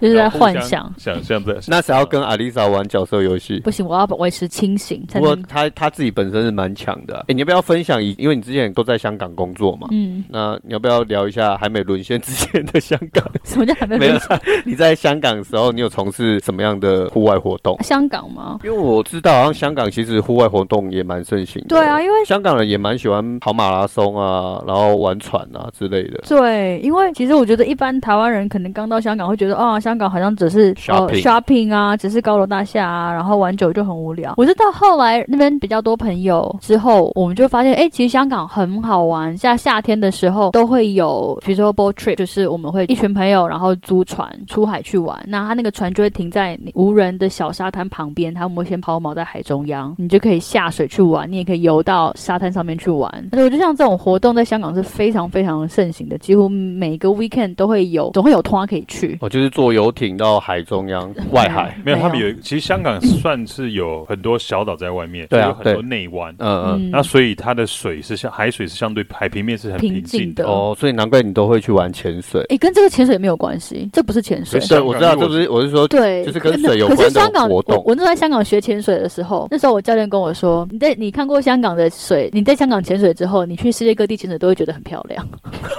S1: 就是在幻
S2: 互
S1: 想
S2: 相。想象在。
S3: 那谁要跟阿丽莎玩角色游戏？
S1: 不行，我要维持清醒才
S3: 不过
S1: 能。
S3: 她她自己本身是蛮强的、啊哎诶你要不要分享以？因为你之前都在香港工作嘛，
S1: 嗯，
S3: 那你要不要聊一下还没沦陷之前的香港？
S1: 什么叫还 没
S3: 没有
S1: 分享？，
S3: 你在香港的时候，你有从事什么样的户外活动？
S1: 香港吗？
S3: 因为我知道，好像香港其实户外活动也蛮盛行的。
S1: 对啊，因为
S3: 香港人也蛮喜欢跑马拉松啊，然后玩船啊之类的。
S1: 对，因为其实我觉得一般台湾人可能刚到香港会觉得啊，香港好像只是哦
S3: Shopping
S1: shopping 啊，只是高楼大厦啊，然后玩久就很无聊。我是到后来那边比较多朋友之后，我们就发现，哎，其实香港很好玩。像夏天的时候都会有，比如说 boat trip，就是我们会一群朋友然后租船出海去玩。那他那个船就会停在你无人的小沙滩旁边，他们会先抛锚在海中央，你就可以下水去玩，你也可以游到沙滩上面去玩。所以我就像这种活动在香港是非常非常盛行的，几乎每个 weekend 都会有，总会有团可以去。
S3: 哦，就是坐游艇到海中央外海。
S2: 没有，他们有一个，其实香港算是有很多小岛在外面，
S3: 对啊
S2: 有很多
S3: 对
S2: 内湾，
S3: 嗯
S1: 嗯
S2: 呃那所以它的水是相海水是相对海平面是很
S1: 平
S2: 平
S1: 静
S2: 静的。
S1: 的
S3: 嗯，。哦，所以难怪你都会去玩潜水。
S1: 诶，跟这个潜水没有关系，这不是潜水
S2: 可。是
S3: 对，我知道，
S2: 因为
S3: 这
S2: 我
S3: 不是我是说，
S1: 对，
S3: 就是跟
S1: 那
S3: 水有
S1: 可是
S3: 关的
S1: 香港，
S3: 活
S1: 我
S3: 动
S1: 我那时候在香港学潜水的时候，那时候我教练跟我说，你在你看过香港的水，你在香港潜水之后，你去世界各地潜水都会觉得很漂 亮，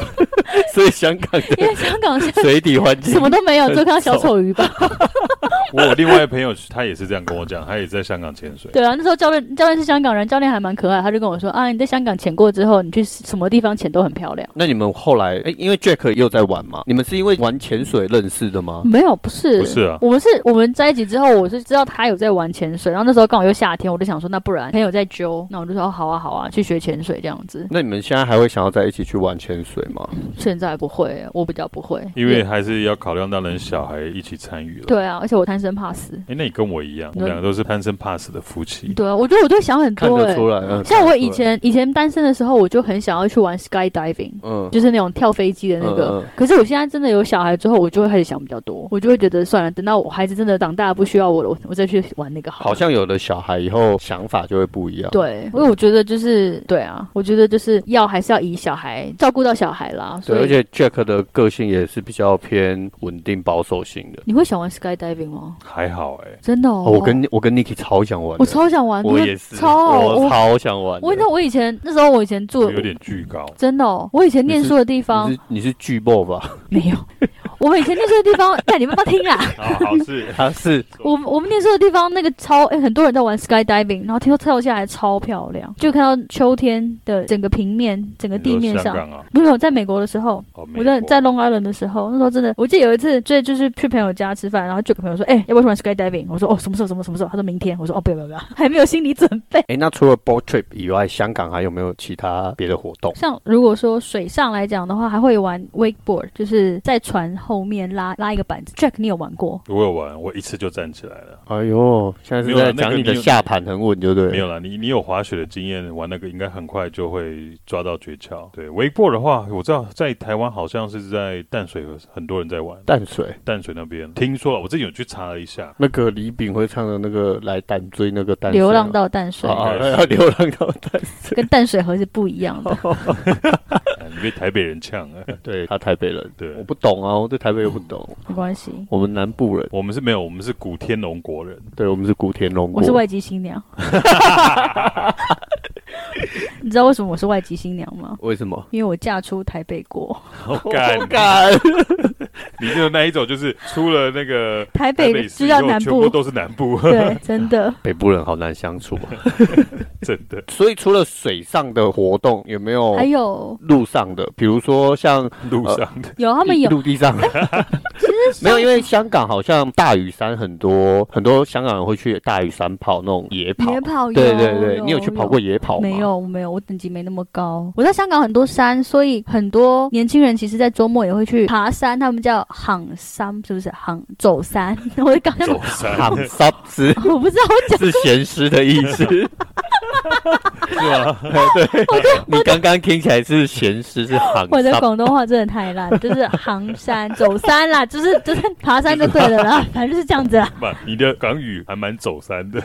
S3: 所以香港
S1: 因
S3: 的
S1: 为香港是
S3: 水底环境
S1: 什么都没有，只有看到小丑鱼吧。
S2: 我有另外一个朋友他也是这样跟我讲，他也在香港潜水。
S1: 对啊，那时候教练教练是香港人，教练还蛮可爱，他就跟我说啊，你在香港潜过之后，你去什么地方潜都很漂亮。
S3: 那你们后来，哎、因为 Jack 又在玩嘛，你们是因为玩潜水认识的吗？
S1: 没有，不是，
S2: 不是啊
S1: 我们是我们在一起之后，我是知道他有在玩潜水，然后那时候刚好又夏天，我就想说，那不然朋友在揪，那我就说哦好啊好啊，去学潜水这样子。
S3: 那你们现在还会想要在一起去玩潜水吗？
S1: 现在不会，我比较不会，
S2: 因为还是要考量到人小孩一起参与了。
S1: 对啊，而且我贪生怕死。
S2: 哎，那你跟我一样，我
S1: 那
S2: 们两个都是贪生怕死的夫妻。
S1: 对啊，我觉得我就想很
S3: 看
S1: 多、
S3: 得
S1: 欸，
S3: 出来，嗯，
S1: 像
S3: 看得
S1: 我
S3: 出
S1: 以
S3: 来，
S1: 前以前单身的时候，我就很想要去玩 skydiving。
S3: 嗯，
S1: 就是那种跳飞机的那个。
S3: 嗯嗯
S1: 可是我现在真的有小孩之后，我就会开始想比较多，我就会觉得算了，等到我孩子真的长大不需要我了，我我再去玩那个好了。
S3: 好像有了小孩以后想法就会不一样。
S1: 对，因为我觉得就是对啊，我觉得就是要还是要以小孩照顾到小孩啦，
S3: 对，
S1: 所
S3: 而
S1: 以
S3: 且 Jack 的个性也是比较偏稳定保守型的。
S1: 你会想玩 skydiving 吗？
S2: 还好哎、
S1: 真的哦，
S3: 哦，我跟我跟 Niki 超想玩的，
S1: 我超想玩，
S3: 我
S1: 真的
S3: 也是，
S1: 超我
S3: 我超想玩的。
S1: 我你知道我以前那时候我以前住
S2: 有点巨高。
S1: 真的哦，我以前
S3: 你
S1: 念
S3: 是
S1: 书的地方
S3: 你是你是巨爆吧？
S1: 没有，我们以前念书的地方， 哎看你们不要听啦。
S2: 好好是，
S3: 它哦是
S1: 我们我们念书的地方那个超，哎、很多人在玩 skydiving，然后听说跳下来超漂亮，就看到秋天的整个平面、整个地面
S2: 你说香
S1: 上。
S2: 港啊，
S1: 没有，在美国的时候，
S2: 哦
S1: 我在在
S2: 弄
S1: Long Island 的时候，那时候真的，我记得有一次，这就是去朋友家吃饭，然后就跟朋友说，哎、要不要去玩 skydiving？我说哦，什么时候？什么什么时候？他说明天。我说哦，不要不要不要，还没有心理准备。
S3: 哎，那除了 boat trip 以外，香港还有没有其他别的活动？
S1: 像如果说水上来讲的话，还会玩 wakeboard，就是在船后面拉拉一个板子。Jack，你有玩过？
S2: 我有玩，我一次就站起来了。
S3: 哎呦，现在
S2: 没
S3: 是
S2: 有啦啊
S3: 在
S2: 那个
S3: 讲你的
S2: 你有
S3: 下盘很稳，对不对？
S2: 没有啦，你你有滑雪的经验，玩那个应该很快就会抓到诀窍。对，微波的话，我知道在台湾好像是在淡水，很多人在玩
S3: 淡水
S2: 淡水那边。听说我自己有去查了一下，
S3: 那个李炳辉唱的那个来淡追那个淡水
S1: 流浪到淡水
S3: 啊，啊
S2: 应该是
S3: 啊流浪到淡 水，
S1: 跟淡水河是不一样的。
S3: 哦
S2: 哎你被台北人呛了。
S3: 对他台北人，
S2: 对
S3: 我不懂啊，我对台北又不懂，
S1: 没关系，
S3: 我们南部人，
S2: 我们是没有，我们是古天龙国 人。
S3: 对我们是古田龙国，
S1: 我是外籍新娘。 你知道为什么我是外籍新娘吗？
S3: 为什么？
S1: 因为我嫁出台北国，
S2: 好
S3: 我
S2: 干，
S3: 敢，
S2: 你就那一种，就是出了那个
S1: 台
S2: 台
S1: 北
S2: 北
S1: 知
S2: 市，
S1: 道
S2: 后
S1: 南
S2: 全部
S1: 部，
S2: 都是南部，
S1: 对，真 的。
S3: 北部人好难相处啊。
S2: 真的。
S3: 所以除了水上的活动，有没有
S1: 还有
S3: 路上的？比如说像
S2: 路上的
S1: 有他们有，哎
S3: 陆地上的，没有，因为香港好像大屿山很多很多香港人会去大屿山跑那种野跑。
S1: 野跑有，
S3: 对对对，你有
S1: 有
S3: 去跑过？野跑吗？
S1: 没有，没有，我等级没那么高。我在香港很多山，所以很多年轻人其实，在周末也会去爬山，他们叫行山，是不是？行走山， 我就刚才
S2: 走山
S3: 喊 s 是
S1: 我不知道我 讲
S3: 是闲诗的意思，是吗？ 对，你刚刚听起来是闲诗，是喊
S1: 我的
S3: sub
S1: 广东话真的太烂，就是行山走山啦， 就是就是爬山就对了啦， 反正就是这样子啦，
S2: 嘛， 你的港语还蛮走山的。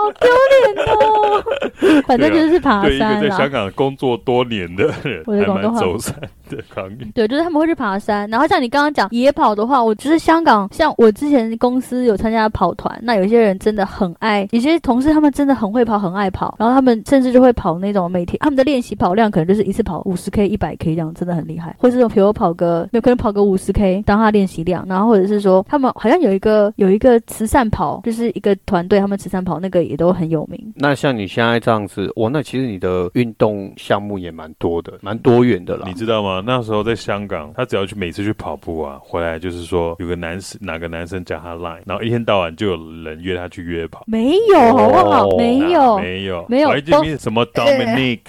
S1: 好丢脸哦。反正就是爬
S2: 对一个
S1: 山
S2: 在香
S1: 啦。
S2: 港工作多年啊的人，
S1: 我的
S2: 还
S1: 广东
S2: 蛮
S1: 话
S2: 走山的港语。
S1: 对，就是他们会去爬山，然后像你刚刚讲野跑的话，我就是香港，像我之前公司有参加跑团，那有些人真的很爱，有些同事他们真的很会跑，很爱跑，然后他们甚至就会跑那种每天他们的练习跑量可能就是一次跑五十 K、一百 K 这样，真的很厉害，或是说比如跑个有可能跑个五十 K 当他练习量，然后或者是说他们好像有一个有一个慈善跑，就是一个团队他们慈善跑那个也都很有名，
S3: 那像你现在这样子，哇，那其实你的运动项目也蛮多的，蛮多元的啦
S2: 你。知道吗？那时候在香港，他只要去每次去跑步啊，回来就是说有个男生哪个男生加他 line，然后一天到晚就有人约他去约跑。
S1: 没有好不好？
S3: 哦
S1: 没
S2: 啊
S1: 有。
S2: 没有
S1: 没有哎
S2: 我还记得什么 Dominic，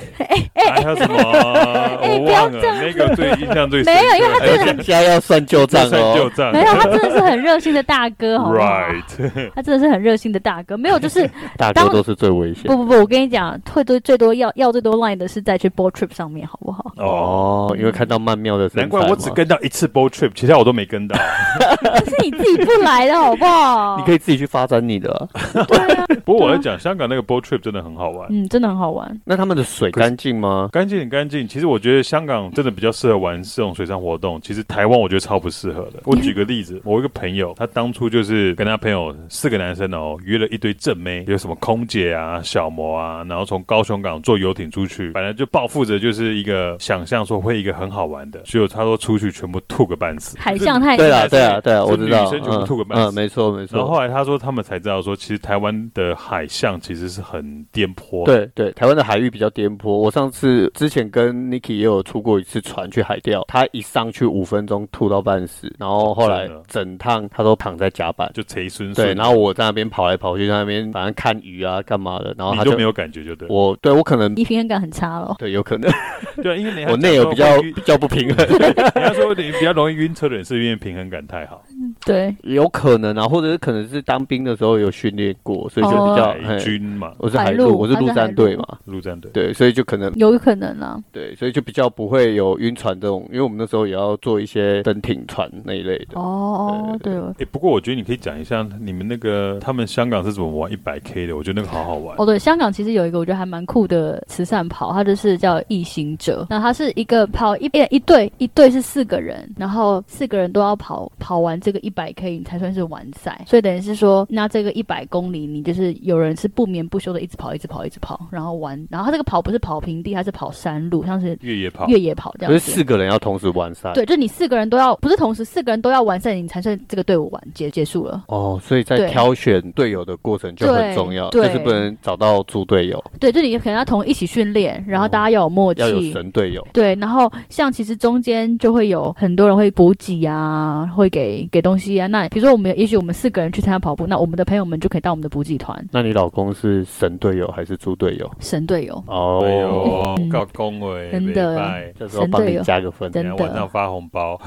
S2: 还有什么我忘
S1: 不
S2: 了
S1: 要这样子
S2: 那个最印象最深
S1: 没有，因为他
S2: 刻
S1: 真的很
S3: 人家要算旧账
S2: 算旧
S3: 哦。
S2: 账
S1: 没有，他真的是很热心的大哥，好不好
S2: 哎 ，right？
S1: 他真的是很热心的大哥。没有，就是
S3: 大
S1: 当
S3: 哥都是最危险
S1: 不。不不，我跟你讲，退最最多要要最多 line 的是在去 boat trip 上面，好不好？
S2: 哦，
S3: 哦，因为看到曼妙的身材
S2: 难
S3: 嘛
S2: 怪我只跟到一次 boat trip，其他我都没 跟到。
S1: 这是你自己不来的，好不 好？
S3: 你可以自己去发展你的啊。
S1: 对啊，
S2: 不过我要讲，香港那个 boat trip 真的很好玩。
S1: 嗯，真的很好玩。
S3: 那他们的水干净吗？
S2: 干净很干净，其实我觉得香港真的比较适合玩这种水上活动。其实台湾我觉得超不适合的。
S3: 嗯
S2: 我举个例子，我有一个朋友，他当初就是跟他朋友四个男生哦，约了一堆正妹，有什么空姐啊、小模啊，然后从高雄港坐游艇出去，本来就抱负着就是一个想象说会一个很好玩的，结果他说出去全部吐个半死。
S1: 海象太
S3: 对
S2: 啦
S3: 啊，对啊，
S2: 是
S3: 对啊，
S2: 是
S3: 我知道。
S2: 女生全部吐个半死
S3: 嗯嗯，没错，没
S2: 然后
S3: 错。
S2: 后来他说，他们才知道说，其实台湾的海象其实是很颠簸的。
S3: 对对，台湾的海域比较颠簸。我上次之前跟 Niki 也有出过一次船去海钓，他一上去五分钟吐到半死，然后后来
S2: 真的
S3: 整趟他都躺在甲板。
S2: 就贼孙
S3: 对，
S2: 孙，
S3: 然后我在那边跑来跑去，在那边反正看鱼啊，干嘛的，然后
S2: 你
S3: 他
S2: 就没有感觉就对了。
S3: 我对我可 能
S1: 你平衡感很差咯。
S3: 对有可能
S2: 对，因为你还
S3: 我内
S2: 讲
S3: 有
S2: 说
S3: 比较
S2: 会晕
S3: 比较不平衡，
S2: 人家说 你比较容易晕车的人是因为平衡感太 好，
S1: 对，
S3: 有可能啊，或者是可能是当兵的时候有训练过，所以就比较、
S1: 哦
S2: 海
S3: 嘿
S2: 军嘛，
S3: 我是
S1: 海
S3: 海
S1: 陆
S3: 陆，我是
S1: 他是
S3: 陆
S1: 海
S3: 战队
S1: 陆
S3: 嘛，
S2: 陆战队。
S3: 对，所以就可能
S1: 有可能啊啦。
S3: 对，所以就比较不会有晕船这种，因为我们那时候也要做一些登艇船那一类的。
S1: 哦，对，哦，
S2: 哎、不过我觉得你可以讲一下你们那个他们香港是怎么玩一百 K 的，我觉得那个好好玩。
S1: 哦对，香港其实有一个我觉得还蛮酷的慈善跑，它就是叫异行者。那它是一个跑一一一队，一队是四个人，然后四个人都要跑跑完这个一百 K 你才算是完赛。所以等于是说，那这个一百公里，你就是有人是不眠不休的一直跑，一直跑，一直跑，然后玩。然后他这个跑不是跑平地，他是跑山路，像是
S2: 越野跑，
S1: 越野跑这
S3: 可
S1: 样子
S3: 是啊四。个人要同时完赛。
S1: 对，就你四个人都要，不是同时四个人都要完赛，你才算这个队伍完结结束了。
S3: 哦，所以在
S1: 对
S3: 挑选队友的过程就很重要，就
S1: 对
S3: 是不能找到猪队友，
S1: 对，就你可能要同一起训练，然后
S3: 哦
S1: 大家要有默契，
S3: 要有神队友。
S1: 对，然后像其实中间就会有很多人会补给啊，会给给东西啊。那比如说我们也许我们四个人去参加跑步，那我们的朋友们就可以当我们的补给团，
S3: 那你老公是神队友还是猪队友？
S1: 神队友。
S3: 哦，
S2: 哎呦
S1: 嗯，
S2: 搞恭维，
S1: 真的
S2: 没拜
S3: 这时候帮
S1: 神队
S3: 你
S1: 友
S3: 加个分。
S1: 真
S2: 等一下
S1: 的
S2: 晚上发红包，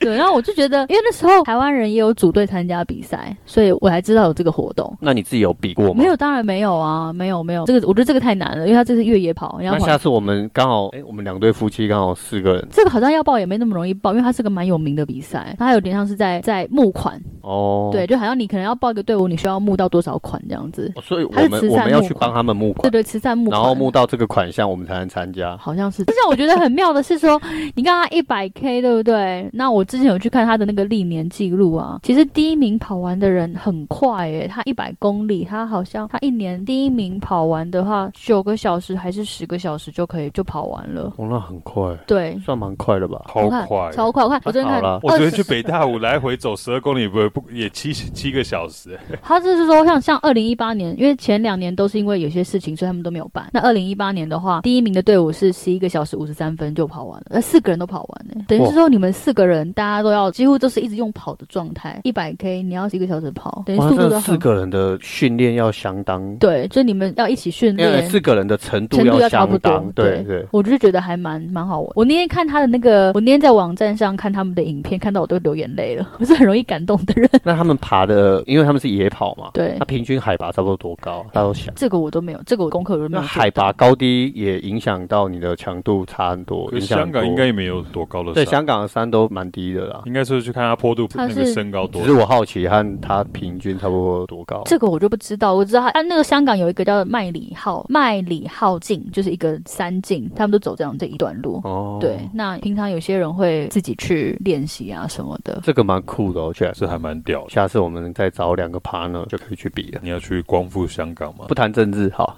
S1: 对，然后我就觉得，因为那时候台湾人也有组队参加比赛，所以我才知道有这个活动。
S3: 那你自己有比过吗？
S1: 没有，。当然没有啊，没有没有，这个我觉得这个太难了，因为它这是越野跑，然
S3: 那
S1: 后
S3: 下次我们刚好，哎，我们两对夫妻刚好四个人。
S1: 这个好像要报也没那么容易报，因为它是个蛮有名的比赛，它有点像是在在募款，
S3: 哦，
S1: 对，就好像你可能要报一个队伍，你需要募到多少款这样子，
S3: 哦，所以我
S1: 它是
S3: 们
S1: 慈
S3: 我
S1: 善
S3: 们要
S1: 募
S3: 去
S1: 款
S3: 帮他们募
S1: 对
S3: 款，
S1: 对，慈善募款，
S3: 然后募到这个款项，我们才能参加。
S1: 好像是。但是我觉得很妙的是说，你刚刚一百 K 对不对？那我之前有去看他的那个历年记录啊，其实第一名跑完的人很快耶，他一百公里，他好像他一年第一名跑完的话，九个小时还是十个小时就可以就跑完了。
S3: 哦，那很快，
S1: 对，
S3: 算蛮快的吧？
S2: 好
S1: 我看
S2: 快，
S1: 超快！我看我真的看
S3: 好啦，
S2: 我昨天去
S1: 20
S2: 北大五来回走十二公里，不不也七七个小时，
S1: 他就是说，像像二零一八年，因为前两年都是因为有些事情，所以他们都没有办。那二零一八年的话，第一名的队伍是十一个小时五十三分就跑完了，那四个人都跑完了、等于是说你们四个人大家都要几乎都是一直用跑的状态，一百 K 你要一个小时跑，等于
S3: 哇，
S1: 速度
S3: 这
S1: 都
S3: 四
S1: 很
S3: 个人的训练要相当，
S1: 对，就你们要一起训
S3: 因为
S1: 练。
S3: 四个人的程度
S1: 程度要差不
S3: 相
S1: 多
S3: 当，，对对。
S1: 我就是觉得还蛮蛮好玩。我那天看他的那个，我那天在网站上看他们的影片，看到我都流眼泪了。我是很容易感动的人，
S3: 那他们爬的，因为他们是野跑嘛，
S1: 对
S3: 那平均海拔差不多多高啊？大家都想，
S1: 这个我都没有，这个我功课我都没
S3: 那
S1: 有做到。
S3: 海拔高低也影响到你的强度差很多，
S2: 可
S3: 影
S2: 是
S3: 响
S2: 香
S3: 很多
S2: 港应该也没有嗯多高的
S3: 对
S2: 山，
S3: 香港的山都蛮低的啦。
S2: 应该是去看它坡度
S1: 它
S2: 那
S1: 是
S2: 个身高多
S3: 只是。我好奇，和它平均差不多多高？
S1: 这个我就不知道，我知道他，啊，那个香港有一个叫麦里号，麦里号径就是一个山径，他们都走这样这一段路。
S3: 哦，
S1: 对，，那平常有些人会自己去练习啊什么的。
S3: 这个蛮酷的哦，确实。
S2: 是还蛮屌的。
S3: 下次我们再找两个 partner 就可以去比了。
S2: 你要去光复香港吗
S3: 不？谈政治，好，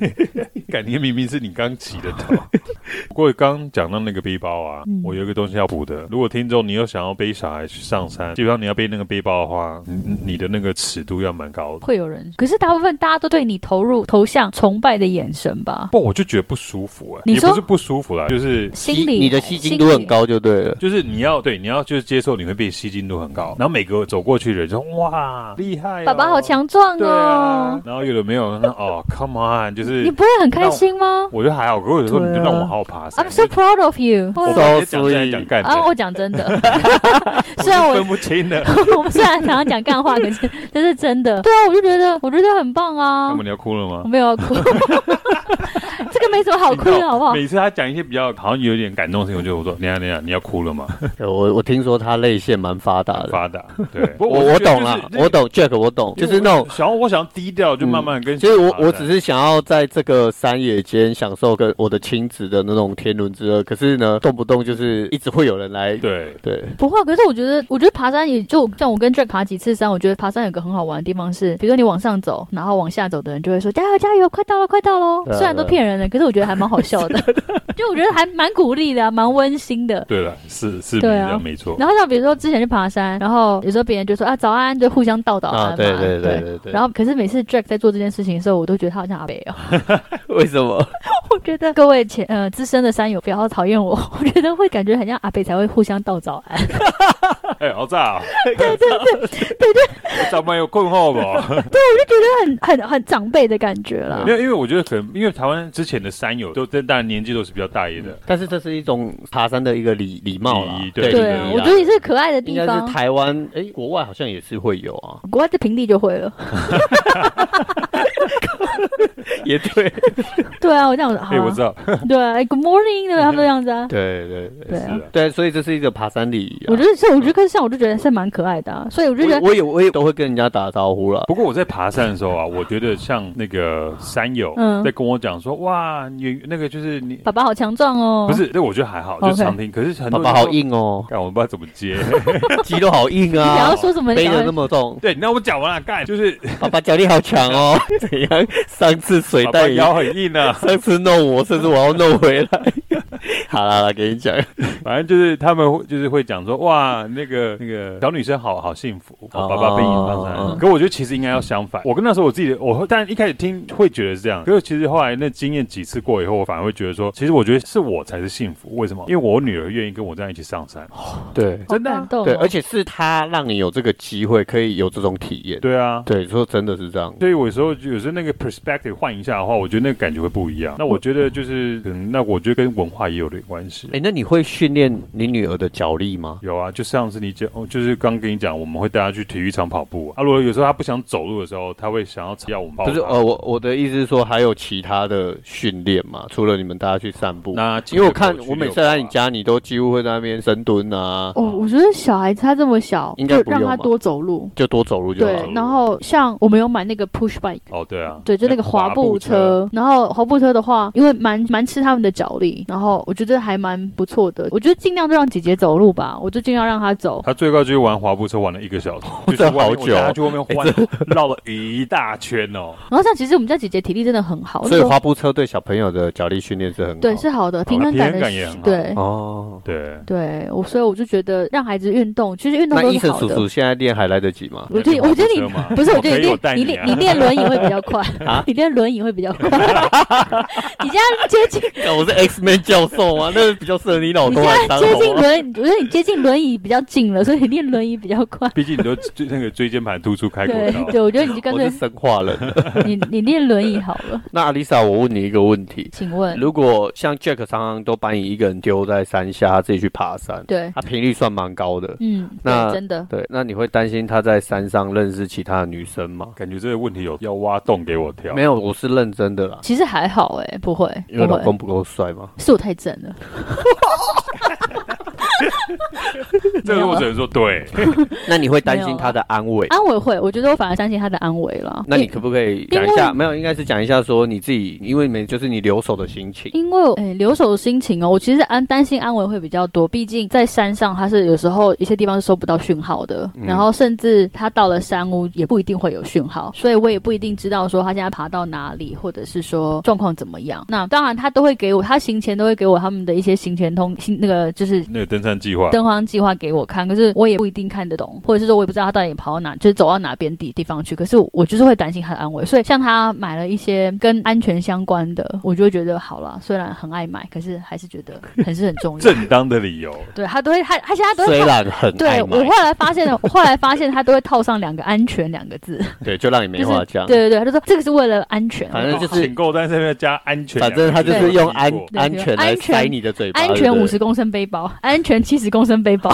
S2: 感觉明明是你刚起的头。 不过刚讲到那个背包啊，
S1: 嗯
S2: 我有一个东西要补的。如果听众你有想要背小孩去上山，基本上你要背那个背包的话，你你的那个尺度要蛮高的，
S1: 会有人，可是大部分大家都对你投入投向崇拜的眼神吧，
S2: 不我就觉得不舒服哎、
S1: 你
S2: 也
S1: 说
S2: 不是不舒服啦，就是
S1: 心里
S3: 你的吸睛度很，高就对了。
S2: 就是你要对你要就是接受你会被吸进度很高，然后每个走过去的人就说哇厉害、哦
S1: 心里爸爸好，强壮
S2: 对啊
S1: 哦，，
S2: 然后有的没有那哦 come on，就
S1: 你
S2: 是
S1: 不会很开心吗
S2: 我觉得还好，可是有时候
S3: 对啊
S2: 你就让我好好爬山
S1: ？I'm。so proud of you。
S2: 我
S3: 所以
S2: 们直接讲正讲干
S1: 啊，
S2: 的，
S1: 我讲真 的， 虽然
S2: 我
S1: 我 啊
S2: 分不清的。
S1: 我们虽然常常讲干话，可是这是真的。对啊，我就觉得我觉得很棒啊
S2: 那。么你要哭了
S1: 我
S2: 吗？
S1: 没有要哭， 这个没什么好哭的，好不好？
S2: 每次他讲一些比较好像有点感动的事情，我就我说：“你下你下，你要哭 了吗
S3: 呃我我听说它泪腺蛮发达？”的，
S2: 发达，对，不
S3: 我
S2: 过觉
S3: 我
S2: 得
S3: 懂了
S2: 就，是
S3: 我懂 Jack，我懂，就是那种，
S2: 想要我想要低调，就慢慢跟。
S3: 就是我我只是想要在这个山野间享受跟我的亲子的那种天伦之乐，可是呢，动不动就是一直会有人来，
S2: 对，
S3: 对，
S1: 不会，啊可是我觉得，我觉得爬山也就像我跟 Jack 爬几次山，我觉得爬山有个很好玩的地方是，比如说你往上走，然后往下走的人就会说加油加油，快到了快到喽。
S3: 对啊
S1: 虽然都骗人的，可是我觉得还蛮好笑 的，就我觉得还蛮鼓励的、啊，蛮温馨的。
S2: 对了，是是这
S1: 对啊
S2: 样没错。
S1: 然后像比如说之前去爬山，然后有时候别人就说啊早安，就互相道早安
S3: 啊，
S1: 嘛。
S3: 对对对对对，
S1: 然后，可是每次 Jack 在做这件事情的时候，我都觉得他好像阿北哦。
S3: 为什么？
S1: 我觉得各位前呃资深的山友不要讨厌我， 我觉得会感觉很像阿北才会互相道早安。
S2: 哎，好炸！对对对 对对，长辈有困惑不？
S1: 很很很长辈的感觉啦
S2: 没。有，因为我觉得可能因为台湾之前的山友都当然年纪都是比较大一点的，
S3: 但是这是一种爬山的一个礼礼貌啦
S2: 礼仪，对
S1: 对
S2: 对
S1: 啊
S2: 啊，
S1: 我觉得也是可爱的
S3: 应
S1: 地
S3: 该是
S1: 方。
S3: 台湾，哎，国外好像也是会有啊，
S1: 国外的平地就会了，
S3: 也对，
S1: 对啊，我这样子好、
S2: 哎，我
S1: 啊
S2: 知，道，
S1: 对啊哎，Good morning，对吧？他们都这样子啊，
S3: 对对
S1: 对啊
S2: 是啊。
S3: 对，所以这是一个爬山礼仪、啊。
S1: 我觉得是，我觉得跟上我就觉得是蛮可爱的啊，所以我就觉得，
S3: 我也我也都会跟人家打招呼了。
S2: 不过我在爬山的时候啊， 我觉得像那个山友
S1: 嗯
S2: 在跟我讲说，哇，你那个就是你
S1: 爸爸好强壮哦，
S2: 不，是，这我觉得还好，就
S1: OK
S2: 常听。可是很
S3: 爸
S2: 多
S3: 爸好，硬哦，
S2: 干我不知道怎么接。
S3: 肌肉好硬
S1: 你想
S3: 啊
S1: 要，说什么？
S3: 背
S1: 想
S3: 的
S1: 要
S3: 那么重。
S2: 对，那我讲完了，干就是
S3: 爸爸脚力好强 哦，怎样？上次水
S2: 爸爸
S3: 袋也
S2: 腰很硬啊。
S3: 上次弄我，甚至我要弄回来。 好啦，好啦给你讲，
S2: 反正就是他们会就是会讲说，哇，那个那个小女生好好幸福，
S3: 哦
S2: 哦、爸爸被引上山。
S3: 嗯
S2: 可我觉得其实应该要相反。我跟那时候我自己的，我但一开始听会觉得是这样，可是其实后来那经验几次过以后，我反而会觉得说，其实我觉得是我才是幸福。为什么？因为我女儿愿意跟我这样一起上山。
S3: 对
S1: 好
S2: 真的啊
S1: 感动哦，
S3: 对，而且是他让你有这个机会，可以有这种体验。
S2: 对啊。
S3: 对，说真的是这样。
S2: 所以有时候有时候那个 perspective 换一下的话，我觉得那个感觉会不一样。那我觉得就是，可能那我觉得跟文化也有点关系
S3: 哎、。那你会训练你女儿的脚力吗？
S2: 有啊，就上次你讲，哦就是刚跟你讲，我们会带他去体育场跑步啊。啊如果有时候他不想走路的时候，他会想要要我们抱
S3: 不
S2: 他。
S3: 是，呃，我我的意思是说，还有其他的训练嘛？除了你们大家去散步，
S2: 那
S3: 因为我看我每次来
S2: 啊
S3: 你，家，你都几乎会在那边深蹲啊，
S1: 哦，我觉得小孩子他这么小，
S3: 应
S1: 就
S3: 该不
S1: 让
S3: 用
S1: 他
S3: 吧
S1: 多走路。
S3: 就多走路就好
S1: 对
S3: 了。，
S1: 然后像我们有买那个 push bike，
S2: 哦，对啊，
S1: 对，就那个滑步车。然后滑步车的话，因为蛮蛮吃他们的脚力，然后我觉得还蛮不错的。我觉得尽量就让姐姐走路吧，我就尽量让她走。
S2: 他最高就是玩滑步车玩了一个小 时，就是
S3: 这
S2: 外面
S3: 好久
S2: 我带他去外面环绕了一大圈 哦。
S1: 然后像其实我们家姐姐体力真的很好，
S3: 所以
S1: 哦那时候
S3: 滑步车对小朋友的脚力训练是很好。
S1: 对是好的，平
S2: 好
S1: 衡
S2: 平
S1: 感
S2: 衡
S1: 的
S2: 感也很好
S1: 对。
S3: 哦。
S2: 对，
S1: 对，我所以我就觉得让孩子运动，其实运动
S3: 那
S1: 都
S3: 医
S1: 是
S3: 生
S1: 好
S3: 叔
S1: 的。
S3: 叔现在练还来得及吗？
S1: 我觉得，我觉得
S2: 那你有滑步车吗
S1: 你不是，我觉得
S2: 我可以
S1: 你
S2: 我带
S1: 练你
S2: 你啊
S1: 练你练轮椅会比较快，你练轮椅会比较快。 你现在接近
S3: 我是 X Man 教授啊，那比较适合你老
S1: 你
S3: 公
S1: 现
S3: 来
S1: 在
S3: 当。
S1: 接近轮，我觉得你接近轮椅比较近了，所以你练轮椅比较快。
S2: 毕竟你都就那个椎间盘突出开过
S1: 对
S2: 刀，
S1: 对，我觉得你就干
S3: 我是
S1: 脆
S3: 生化 人。
S1: 你你练轮椅好了。
S3: 那阿丽莎，我问你一个问题：
S1: 请问，
S3: 如果像 Jack 常常都把你一个人丢在山下，他自己去爬山，
S1: 对，
S3: 他频率算蛮高的。
S1: 嗯，
S3: 那
S1: 对，真的，
S3: 对，那你会担心他在山上认识其他的女生吗？
S2: 感觉这个问题有要挖洞给我跳
S3: 没。有，我是认真的啦。
S1: 其实还好哎，不会，
S3: 因为
S1: 不
S3: 老
S1: 会啊
S3: 公，不够帅吗？
S1: 是我太正了。
S2: 这个我只能说 对，
S3: 那你会担心他的安危？
S1: 安慰会，我觉得我反而相信他的安慰了。
S3: 那你
S1: 因
S3: 可不可以讲一
S1: 因
S3: 下？
S1: 为
S3: 没有，应该是讲一下说你自己，因为没就是你留守的心情。
S1: 因为诶、留守的心情哦，我其实安担心安危会比较多，毕竟在山上它是有时候一些地方是收不到讯号的，
S3: 嗯
S1: 然后甚至他到了山屋也不一定会有讯号，所以我也不一定知道说他现在爬到哪里，或者是说状况怎么样。那当然他都会给我，他行前都会给我他们的一些行前通行那个就是。
S2: 那个登山计划，
S1: 登荒计划给我看，可是我也不一定看得懂，或者是说我也不知道他到底跑到哪，就是走到哪边地地方去。可是我我就是会担心他的安危，所以像他买了一些跟安全相关的，我就会觉得好啦，虽然很爱买，可是还是觉 得很是很重要。
S2: 正当的理由。
S1: 对他都会，他他现在都会
S3: 虽
S1: 套。
S3: 然很爱
S1: 对我
S3: 买，
S1: 后来发现了，我后来发现他都会套上两个安全两个 字，
S3: 对，就让你没
S1: 就是
S3: 话讲。
S1: 对对对，他就说这个是为了安全，
S3: 嗯反正就是
S2: 请购，但是要加安全两
S3: 反
S2: 个字，
S3: 正他就是用安
S2: 对
S1: 对
S3: 安全来
S1: 安全
S3: 塞你的嘴巴。
S1: 安
S3: 对
S1: 全
S3: 不对
S1: 五十，公升背包，安全七十公升背 包，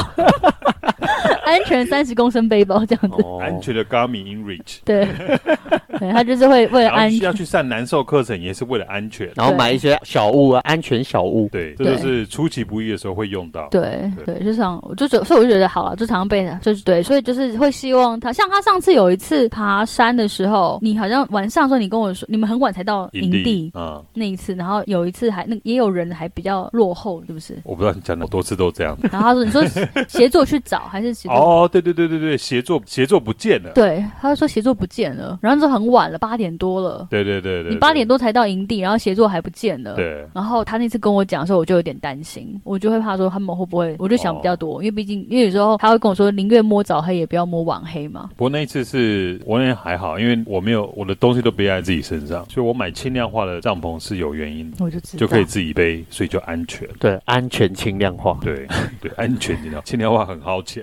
S1: 安全三十公升背包这样子。
S3: 哦
S2: 安。全的 Gummy in Reach。
S1: 对， 对他就是会为了
S2: 然后
S1: 安
S2: 需要
S1: 全，
S2: 去上难受课程也是为了安全。
S3: 然后
S1: 对
S3: 买一些小物啊，安全小物。
S2: 对，这
S1: 对
S2: 就是出其不意的时候会用到。
S1: 对对，就像我就觉，所以我就觉得好了，就常常被就是对，所以就是会希望他，像他上次有一次爬山的时候，你好像晚上的时候你跟我说，你们很晚才到营地
S2: 啊、嗯，
S1: 那一次，然后有一次还那也有人还比较落后，是不是？
S2: 我不知道你讲了多次都这样。
S1: 然后他说你说协作去找还是协作？
S2: 哦，对对对对对，协作协作不见了。
S1: 对，他就说协作不见了，然后就很晚了，八点多了，
S2: 对对对对，
S1: 你八点多才到营地，然后协作还不见了。
S2: 对。对
S1: 然后他那次跟我讲的时候，我就有点担心，我就会怕说他们会不会，我就想
S2: 哦
S1: 比较多，因为毕竟因为有时候他会跟我说宁愿摸早黑也不要摸晚黑嘛。
S2: 不过那一次是我那天还好，因为我没有我的东西都背在自己身上，所以我买轻量化的帐篷是有原因的，
S1: 我就知道
S2: 就可以自己背，所以就安全。
S3: 对，安全轻量化。
S2: 对对，安全轻量，轻量化很耗钱。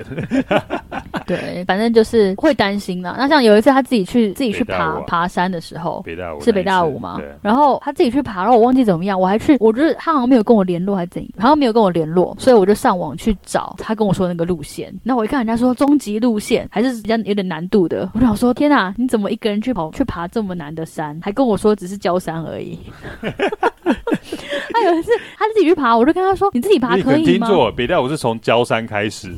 S1: 对，反正就是会担心啦。那像有一次他自己去自己去
S2: 北大
S1: 爬
S2: 武啊
S1: 爬山的时候，
S2: 北大五
S1: 是北大五吗
S2: 对，？
S1: 然后他自己去爬，然后我忘记怎么样，我还去，我就是他好像没有跟我联络，还是怎样，好像没有跟我联络，所以我就上网去找他跟我说那个路线。那我一看人家说终极路线还是比较有点难度的，我想说天哪，你怎么一个人去跑去爬这么难的山？还跟我说只是焦山而 已。他有一次他自己去爬，我就跟他说：“你自己爬
S2: 你
S1: 可
S2: 能
S1: 以
S2: 听
S1: 吗
S2: 错，北大五是从焦山开始，？”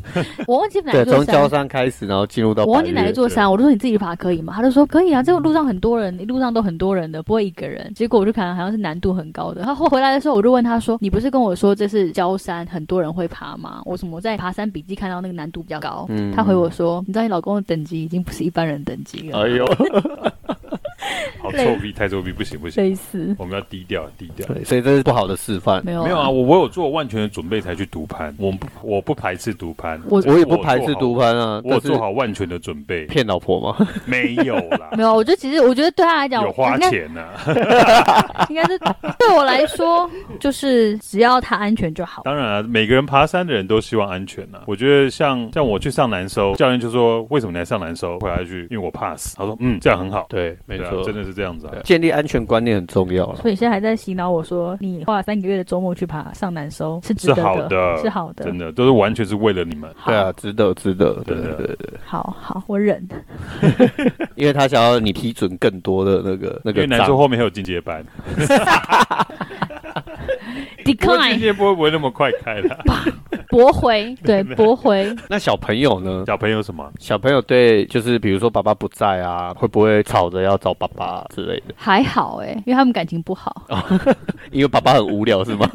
S1: 我忘记哪
S3: 对，
S1: 一座
S3: 从焦
S1: 山。
S3: 山开始，然后进入到
S1: 我忘记
S3: 白
S1: 哪
S3: 月
S1: 一座山，我就说你自己爬可以吗？他就说可以啊，这个路上很多人，路上都很多人的，不会一个人。结果我就看好像是难度很高的。他后回来的时候，我就问他说：“你不是跟我说这是焦山，很多人会爬吗？我怎么在爬山笔记看到那个难度比较高？”
S3: 嗯
S1: 他回我说：“你知道你老公的等级已经不是一般人等级
S2: 呃
S1: 了，
S3: 哎呦，
S2: 好
S1: 累
S2: 臭逼，太臭逼，不行不行，
S1: 类似
S2: 我们要低调低调。
S3: 对，所以这是不好的示范。
S1: 没有
S2: 没有啊，我我有做万全的准备才去读盘，我不我不排斥读盘，
S1: 我
S3: 我也不排斥毒攀啊，
S2: 我有
S3: 但是
S2: 做好万全的准 备，
S3: 骗老婆嘛，
S2: 没有啦，
S1: 没有，啊我觉得其实我觉得对他来讲，
S2: 有花
S1: 应该
S2: 钱啊呐、
S1: 应该是对我来说，就是只要他安全就好。
S2: 当然啊，每个人爬山的人都希望安全呐、啊我觉得像像我去上南收，教练就说为什么你来上南收？回来去，因为我怕死。他说嗯，这样很好。
S3: 对，没
S2: 对啊
S3: 错，
S2: 真的是这样子啊
S3: 对。建立安全观念很重要了。
S1: 所以现在还在洗脑我说，你花了三个月的周末去爬上南收是值
S2: 是
S1: 得
S2: 好的
S1: 是好的，
S2: 呃真的都是完全是为了你们。
S1: 好
S3: 对啊，值得，值得，对
S2: 真的
S3: 对对，
S1: 好好， 我忍。
S3: 因为他想要你批准更多的那个那
S2: 因为
S3: 个
S2: 南收
S3: 账，
S2: 后面还有进阶班，不过进
S1: decline
S2: 阶波不会那么快开 了。
S1: 驳回，对驳回，
S3: 那小朋友呢？
S2: 小朋友什么？啊
S3: 小朋友对，就是比如说爸爸不在啊，会不会吵着要找爸爸之类的？
S1: 还好哎、因为他们感情不好，
S3: 因为爸爸很无聊是吗？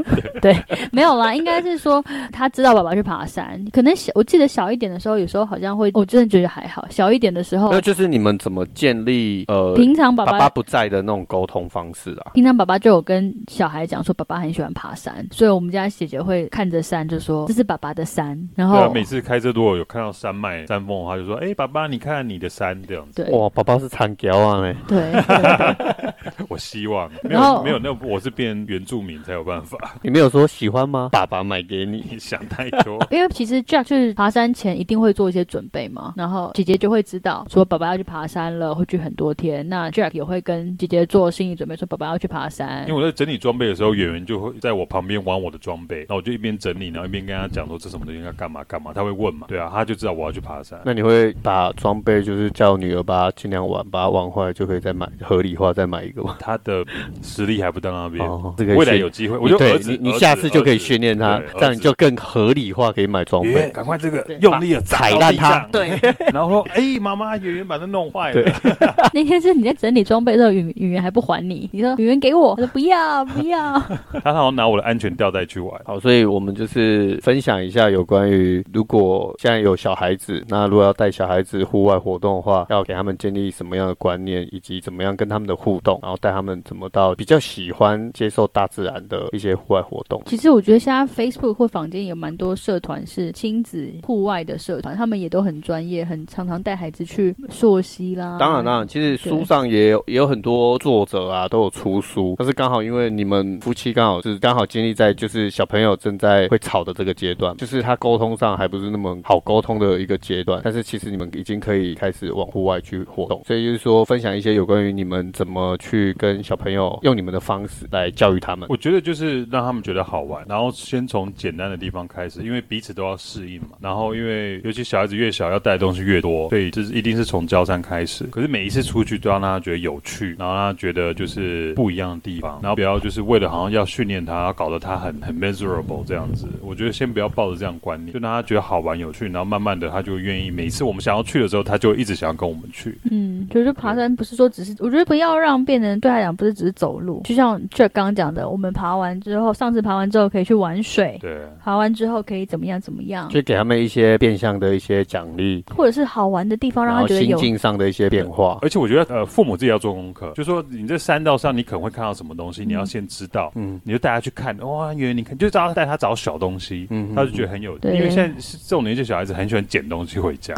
S1: 没有啦，应该是说他知道爸爸去爬山，可能小我记得小一点的时候，有时候好像会，我真的觉得还好，小一点的时候
S3: 那，就是你们怎么建立呃
S1: 平常哦爸
S3: 爸
S1: 爸。
S3: 爸不在的那种沟通方式啊？
S1: 平常爸爸就有跟小孩讲说，爸爸很喜欢爬山，所以我们家姐姐会看着山就说这是爸爸的山，然
S2: 对啊，
S3: 哦
S1: 后
S2: 每次开车如果有看到山脉、山峰的话，就说：“哎、爸爸，你看你的山这样子。
S1: 对
S3: 哇，爸爸是残雕啊嘞！
S1: 对对”
S2: 我希望没
S1: 然后
S2: 有没有，那我是变原住民才有办法。
S3: 你没有说喜欢吗？爸爸买给你。
S2: 你想太 多，
S1: 因为其实 Jack 去爬山前一定会做一些准备嘛，然后姐姐就会知道说爸爸要去爬山了，会去很多天。那 Jack 也会跟姐姐做心理准备，说爸爸要去爬山
S2: 因为。我在整理装备的时候，演员就会在我旁边玩我的装备，那我就一边整理，然后一边跟他讲说这什么东西应该干嘛干嘛，他会问嘛，对啊，他就知道我要去爬山。
S3: 那你会把装备就是叫女儿把它尽量玩，把它玩坏就可以再买合理化再买一个吗？
S2: 他的实力还不到那边，
S3: 哦，这个
S2: 未来有机会，我就
S3: 对
S2: 儿子
S3: 你，你
S2: 儿子
S3: 下次就可以
S2: 儿子
S3: 训练他
S2: 对，
S3: 这样你就
S2: 儿
S3: 更合理化可以买装
S2: 子圆
S3: 备
S2: 圆。赶快这个
S1: 对
S2: 用力的
S3: 踩烂它
S2: 对，然后说哎，妈妈，圆圆把它弄坏
S3: 对
S2: 了，
S1: 那天是你在整理装备的时候，语语言还不还你，你说语言给我，他说不要不要。
S2: 他好像拿我的安全吊带去玩。
S3: 好，所以我们就是分享一下有关于如果现在有小孩子，那如果要带小孩子户外活动的话，要给他们建立什么样的观念，以及怎么样跟他们的互动，然后带他们怎么到比较喜欢接受大自然的一些户外活动。
S1: 其实我觉得现在 Facebook 或坊间有蛮多社团是亲子户外的社团，他们也都很专业，很常常带孩子去溯溪啦。
S3: 当然啦，其实书上也有也有很多作者啊都有出书，但是刚好因为你们夫妻刚好是刚好经历在就是小朋友正在会吵的这个阶段，就是他沟通上还不是那么好沟通的一个阶段，但是其实你们已经可以开始往户外去活动，所以就是说分享一些有关于你们怎么去跟小朋友用你们的方式来教育他们。
S2: 我觉得就是让他们觉得好玩，然后先从简单的地方开始，因为彼此都要适应嘛。然后因为尤其小孩子越小，要带的东西越多，所以就是一定是从交山开始。可是每一次出去都要让他觉得有趣，然后让他觉得就是不一样的地方，然后不要就是为了好像要训练他，搞得他很很 miserable 这样子。我觉得先不要抱着这样观念，就让他觉得好玩有趣，然后慢慢的他就愿意。每次我们想要去的时候，他就一直想要跟我们去。
S1: 嗯，就是爬山不是说只是，我觉得不要让变成对他讲不是只是走路，就像 Jack 刚刚讲的，我们爬完之后，上次爬完之后可以去玩水，
S2: 对，
S1: 爬完之后可以怎么样怎么样，
S3: 就给他们一些变相的一些奖励，
S1: 或者是好玩的地方
S3: 然
S1: 让他
S3: 后
S1: 觉得
S3: 心
S1: 有。
S3: 境上的一些变化。
S2: 而且我觉得呃，父母自己要做功课，就说你在山道上，你可能会看到什么东西，你要
S1: 嗯
S2: 先知道。
S3: 嗯
S2: 你就带他去看，哇、原来你看，就让他带他找小东西，
S3: 嗯
S2: 他就觉得很有，
S1: 对
S2: 因为现在是这种年纪的小孩子很喜欢捡东西回 家，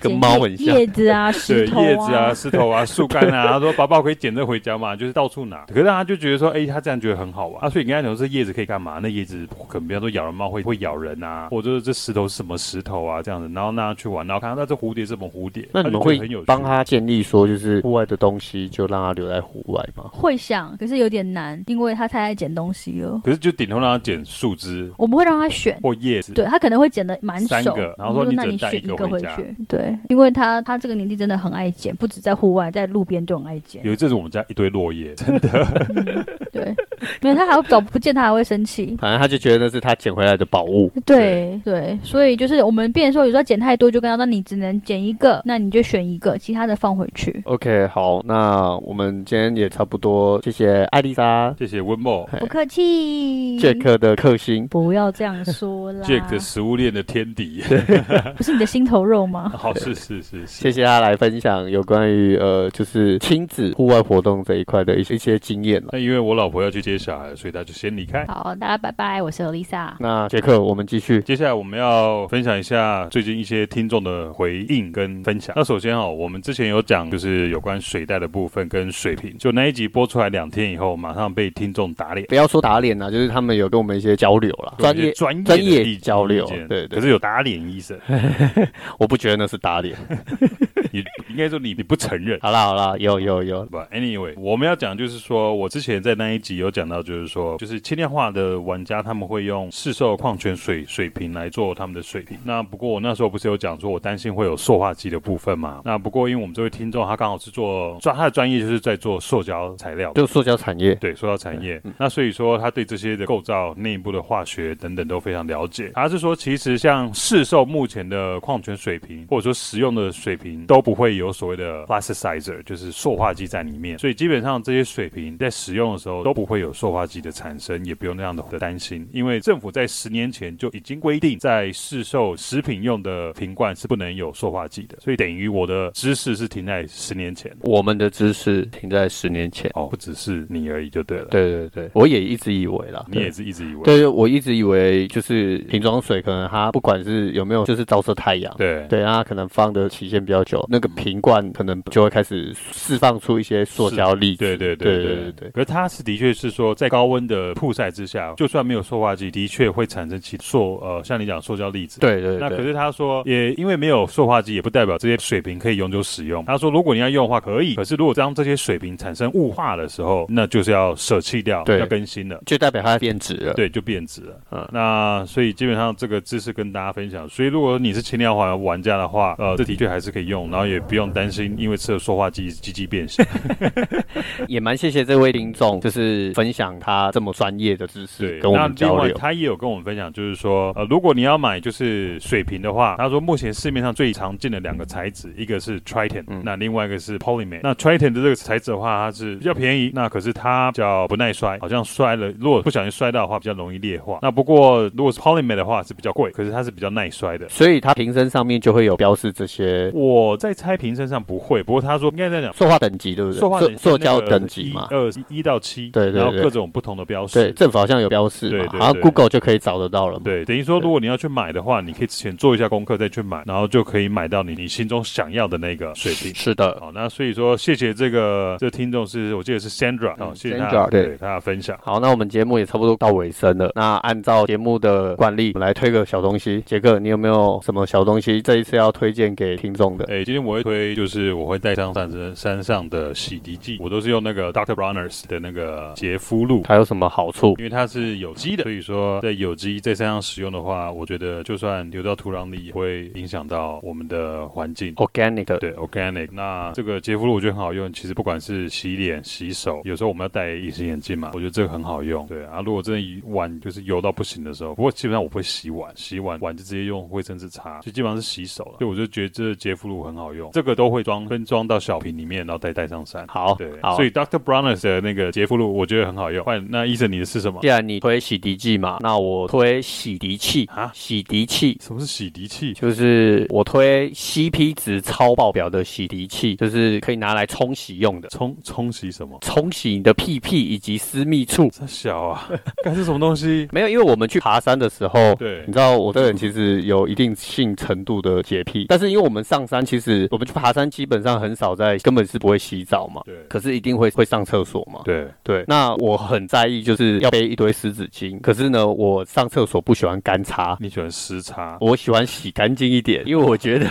S3: 跟猫很像
S1: 叶。叶子 啊，
S2: 对
S1: 石头
S2: 叶子啊、石 头啊、树干啊，他说爸爸我可以捡这回家嘛，就是到处拿。可是他就觉得说，哎、他这样觉得很好玩啊，所以你跟他讲说叶子可以干嘛？那叶子可能比方说咬了猫会会咬人啊，或者是这石头是什么石头啊这样子，然后让他去玩，然后看到那这蝴蝶是什么蝴蝶，
S3: 那你们
S2: 他就觉
S3: 会
S2: 得很有趣
S3: 帮他建立说，就是户外的东西就让他留在户外吗？
S1: 会想，可是有点难，因为他太爱捡东西了。
S2: 可是就顶多让他捡树枝
S1: 我们会让他选，
S2: 或叶子。
S1: 对他可能会捡的满手，
S2: 三个然后说
S1: 我们
S2: 你
S1: 那
S2: 只
S1: 你
S2: 带
S1: 选
S2: 一个
S1: 个
S2: 回
S1: 回
S2: 家
S1: 去，对，因为他他这个年纪真的很爱捡，不止在户外，在路边就很爱捡，
S2: 有一阵子我们家一堆落叶，
S1: 嗯、对， 没有他还会找不见，他还会生气。
S3: 反正他就觉得那是他捡回来的宝物。
S1: 对对，所以就是我们变成说，有时候捡太多，就跟他说你只能捡一个，那你就选一个，其他的放回去。
S3: OK，好，那我们今天也差不多，谢谢艾丽莎、
S2: 谢谢温某
S3: 哎
S1: 不客气，
S3: 杰克的克星。
S1: 不要这样说啦
S2: Jack 的食物链的天敌。
S1: 不是你的心头肉吗？
S2: 好，是是是
S3: 谢
S2: 是，
S3: 谢他来分享有关于呃，就是亲子户外活动这一块的一些一些经验了。
S2: 那因为我老婆要去接小孩，所以她就先离开。
S1: 好，大家拜拜，我是 Lisa。
S3: 那杰克，我们继续。
S2: 接下来我们要分享一下最近一些听众的回应跟分享。那首先哈、我们之前有讲就是有关水袋的部分跟水瓶，就那一集播出来两天以后，马上被听众打脸。
S3: 不要说打脸啦，就是他们有跟我们一些交流啦，专
S2: 有一
S3: 业
S2: 些，专业
S3: 专
S2: 的
S3: 业
S2: 意见
S3: 交流
S2: 意见
S3: 对对
S2: 可是有打脸医生，
S3: 我不觉得那是打脸。
S2: 你应该说你你不承认。
S3: 好啦好啦，有有有，
S2: 吧？Anyway，我们要讲就是说，我之前在那一集有讲到，就是说，就是轻量化的玩家他们会用市售矿泉水水瓶来做他们的水瓶。那不过我那时候不是有讲说，我担心会有塑化剂的部分嘛？那不过因为我们这位听众他刚好是做，抓他的专业就是在做塑胶材料。
S3: 就塑胶产业。
S2: 对，嗯塑胶产业，那所以说他对这些的构造、内部的化学等等都非常了解。他是说，其实像市售目前的矿泉水瓶，或者说食用的水瓶，都不会有所谓的 plasticizer，就是塑化剂在里面，所以基本上这些水瓶在使用的时候都不会有塑化剂的产生，也不用那样的的担心，因为政府在十年前就已经规定，在市售食品用的瓶罐是不能有塑化剂的，所以等于我的知识是停在十年前。
S3: 我们的知识停在十年前。
S2: 哦，不只是你而已就对了，
S3: 对对对，我也一直以为啦，
S2: 你也是一直以为。
S3: 对，对我一直以为就是瓶装水，可能它不管是有没有就是照射太阳，
S2: 对嗯
S3: 对，那它可能放的期限比较久，那个瓶罐可能就会开始释放出一些塑胶粒子。
S2: 对对对
S3: 对对
S2: 对
S3: 对
S2: 对
S3: 对
S2: 可是它是的确是说，在高温的曝晒之下，就算没有塑化剂，的确会产生其塑呃，像你讲塑胶粒子。。
S3: 对对
S2: 那
S3: 对
S2: 可是他说，也因为没有塑化剂，也不代表这些水瓶可以永久使用。他说，如果你要用的话，可以。可是如果当这些水瓶产生雾化的时候，那就是要舍弃掉，
S3: 对
S2: 要更新了。
S3: 就代表它变质了。
S2: 对，就变质了。
S3: 嗯
S2: 那所以基本上这个知识跟大家分享。所以如果你是轻量化玩家的话，呃，这的确还是可以用，然后也不用担心因为吃了塑化剂鸡鸡变形。
S3: 也蛮谢谢这位听众，就是分享他这么专业的知识
S2: 对，
S3: 跟我们交
S2: 那另
S3: 流
S2: 外。他也有跟我们分享，就是说，呃，如果你要买就是水瓶的话，他说目前市面上最常见的两个材质，一个是 Triton，、
S3: 嗯
S2: 那另外一个是 Polymer。那 Triton 的这个材质的话，它是比较便宜，那可是它比较不耐摔，好像摔了，如果不小心摔到的话，比较容易裂化。那不过如果是 Polymer 的话是比较贵，可是它是比较耐摔的。
S3: 所以它瓶身上面就会有标示这些
S2: 我在猜瓶身上不会，不过他说应该在讲。
S3: 塑化等级，对不对？
S2: 塑化等
S3: 塑塑胶等级嘛。
S2: 一二呃一到七，
S3: 对对对
S2: 然后各种不同的标识，
S3: 对，政府好像有标示
S2: 对
S3: 嘛
S2: 对，对
S3: 然后 Google 就可以找得到了嘛。
S2: 对，等于说，
S3: 对
S2: 如果你要去买的话，你可以之前做一下功课再去买，然后就可以买到你你心中想要的那个水
S3: 是，
S2: 平。
S3: 是的。
S2: 好，那所以说，谢谢这个这听众是，我记得是 Sandra，好、
S3: 嗯
S2: 谢谢他
S3: Sandra，对
S2: 对他的分享。
S3: 好，那我们节目也差不多到尾声了。那按照节目的惯例，我们来推个小东西。杰克，你有没有什么小东西这一次要推荐给听众的？
S2: 哎，今天我会推，就是我会带上山山山上的洗涤剂，我都是用那个 Doctor Bronner's 的那个洁肤露，
S3: 它有什么好处？
S2: 因为它是有机的，所以说在有机在山上使用的话，我觉得就算流到土壤里，也会影响到我们的环境。
S3: Organic 的，
S2: 对，organic。那这个洁肤露我觉得很好用，其实不管是洗脸、洗手，有时候我们要戴隐形眼镜嘛，我觉得这个很好用。对啊，如果真的碗就是油到不行的时候，不过基本上我不会洗碗，洗碗碗就直接用卫生纸擦，就基本上是洗手了。所以我就觉得这个洁肤露很好用。这个都会装分装到小瓶里面，然后再带上山。
S3: 好
S2: 对，，
S3: 哦好。
S2: 所以 Doctor Browners 的那个洁肤露，我觉得很好用。换那医生你的是什么
S3: 既？然你推洗涤剂嘛，那我推洗涤器
S2: 啊
S3: 洗涤器
S2: 什么是洗涤器？
S3: 就是我推 CP 值超爆表的洗涤器，就是可以拿来冲洗用的，
S2: 冲冲洗什么？
S3: 冲洗你的屁屁以及私密处。
S2: 这小啊， 干是什么东 西？
S3: 没有，因为我们去爬山的时候，
S2: 对
S3: 你知道我这个人其实有一定性程度的洁癖，但是因为我们上山，其实我们去爬山基本上很少在，根本是不会洗澡嘛，
S2: 对
S3: 可是一定会会上厕所嘛，
S2: 对，
S3: 对，那我很在意就是要背一堆湿纸巾，可是呢，我上厕所不喜欢干擦。
S2: 你喜欢时差？
S3: 我喜欢洗干净一点，因为我觉得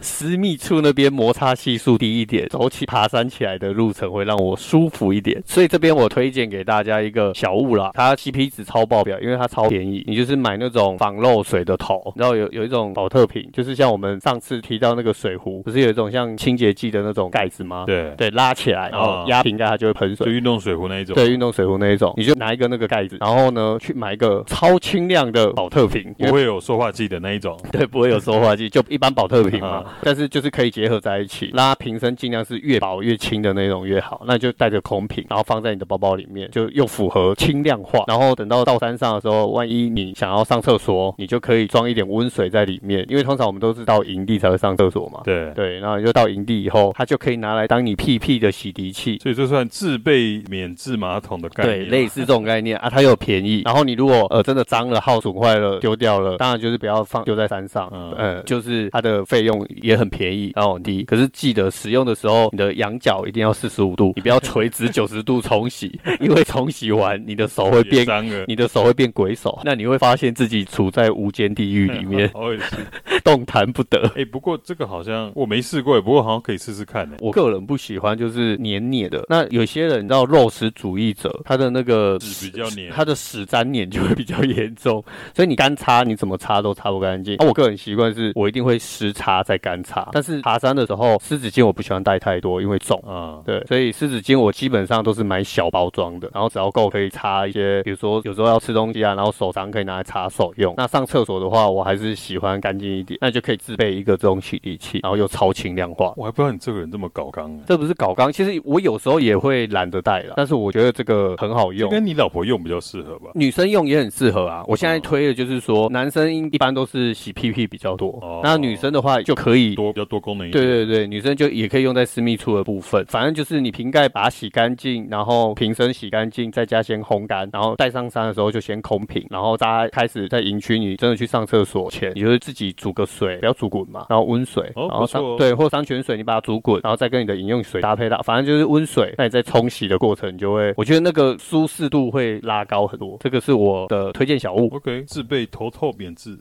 S3: 私密处那边摩擦系数低一点，走起爬山起来的路程会让我舒服一点。所以这边我推荐给大家一个小物啦，它 CP 值超爆表，因为它超便宜。你就是买那种防漏水的头，然后有有一种保特瓶，就是像我们上次提到那个水壶，不是有一种像清洁剂的那种盖子吗？
S2: 对，
S3: 对，拉起来，然后压瓶盖，它就会喷水
S2: 就。运动水壶那一种。
S3: 对，运动水壶那一种，你就拿一个那个盖子，然后呢，去买一个超轻量的保特瓶，因为
S2: 不会有说话剂的那一种。
S3: 对，不会有说话剂，就一般保特瓶嘛
S2: 啊，
S3: 但是就是可以结合在一起。拉瓶身尽量是越薄越轻的那种越好，那你就带着空瓶，然后放在你的包包里面，就又符合轻量化。然后等到到山上的时候，万一你想要上厕所，你就可以装一点温水在里面，因为通常我们都是到营地才会上厕所嘛。
S2: 对，
S3: 对，然后你就到营地以后，它就可以拿来当你屁屁的洗涤器。
S2: 所以这算自备免治马桶的概念啊嗯
S3: 对，
S2: 嘛。
S3: 类似这种概念啊，它又便宜。然后你如果呃真的脏了、耗损坏了、丢掉了，当然就是不要放丢在山上，
S2: 嗯
S3: 呃，就是它的费用也很便宜，然后很低。可是记得使用的时候，你的仰角一定要四十五度，你不要 垂直九十度冲洗，因为冲洗完你的手会
S2: 也
S3: 变。
S2: 脏了，
S3: 你的手会变鬼
S2: 嗯
S3: 手，那你会发现自己处在无间地狱里面
S2: ，好恶心。
S3: 动弹不得。
S2: 哦哎，不过这个好像我没试过，不过好像可以试试看呢。
S3: 我个人不喜欢就是黏黏的。那有些人你知道肉食主义者，他的那个
S2: 纸比较黏
S3: 他的屎沾黏就会比较严重， 所以你干擦你怎么擦都擦不干净。那我个人习惯是我一定会湿擦再干擦，但是爬山的时候湿纸巾我不喜欢带太多，因为重。
S2: 啊，
S3: 对，所以湿纸巾我基本上都是买小包装的，然后只要够可以擦一些，比如说有时候要吃东西啊，然后手长可以拿来擦手用。那上厕所的话，我还是喜欢干净一点，那就可以自备一个这种洗涤器，然后又超轻量化。
S2: 我还不知道你这个人这么搞刚啊，
S3: 这不是搞刚，其实我有时候也会懒得带了，但是我觉得这个很好
S2: 就
S3: 用。
S2: 跟你老婆用比较适合吧。
S3: 女生用也很适合啊！我现在
S2: 嗯
S3: 推的就是说，男生一般都是洗屁屁比较多，
S2: 哦
S3: 那女生的话就可以，
S2: 多比较多功能一
S3: 对
S2: 点，
S3: 对对，女生就也可以用在私密处的部分。反正就是你瓶盖把它洗干净，然后瓶身洗干净，在家先烘干，然后带上山的时候就先空瓶，然后大家开始在营区你真的去上厕所前，你就是自己煮个水，不要煮滚嘛，然后温水，
S2: 哦
S3: 然
S2: 不错
S3: 后上
S2: 哦
S3: 对或山泉水，你把它煮滚，然后再跟你的饮用水搭配到，反正就是温水。那你在冲洗的过程，你就会我觉得那个舒适度会拉高很多。这个是我的推荐小物。
S2: OK，自备头透免治。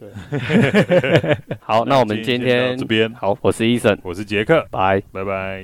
S3: 好，那我们今
S2: 天先
S3: 天
S2: 到这边，
S3: 好，我是医生，
S2: 我是杰克，
S3: 拜。
S2: 拜拜。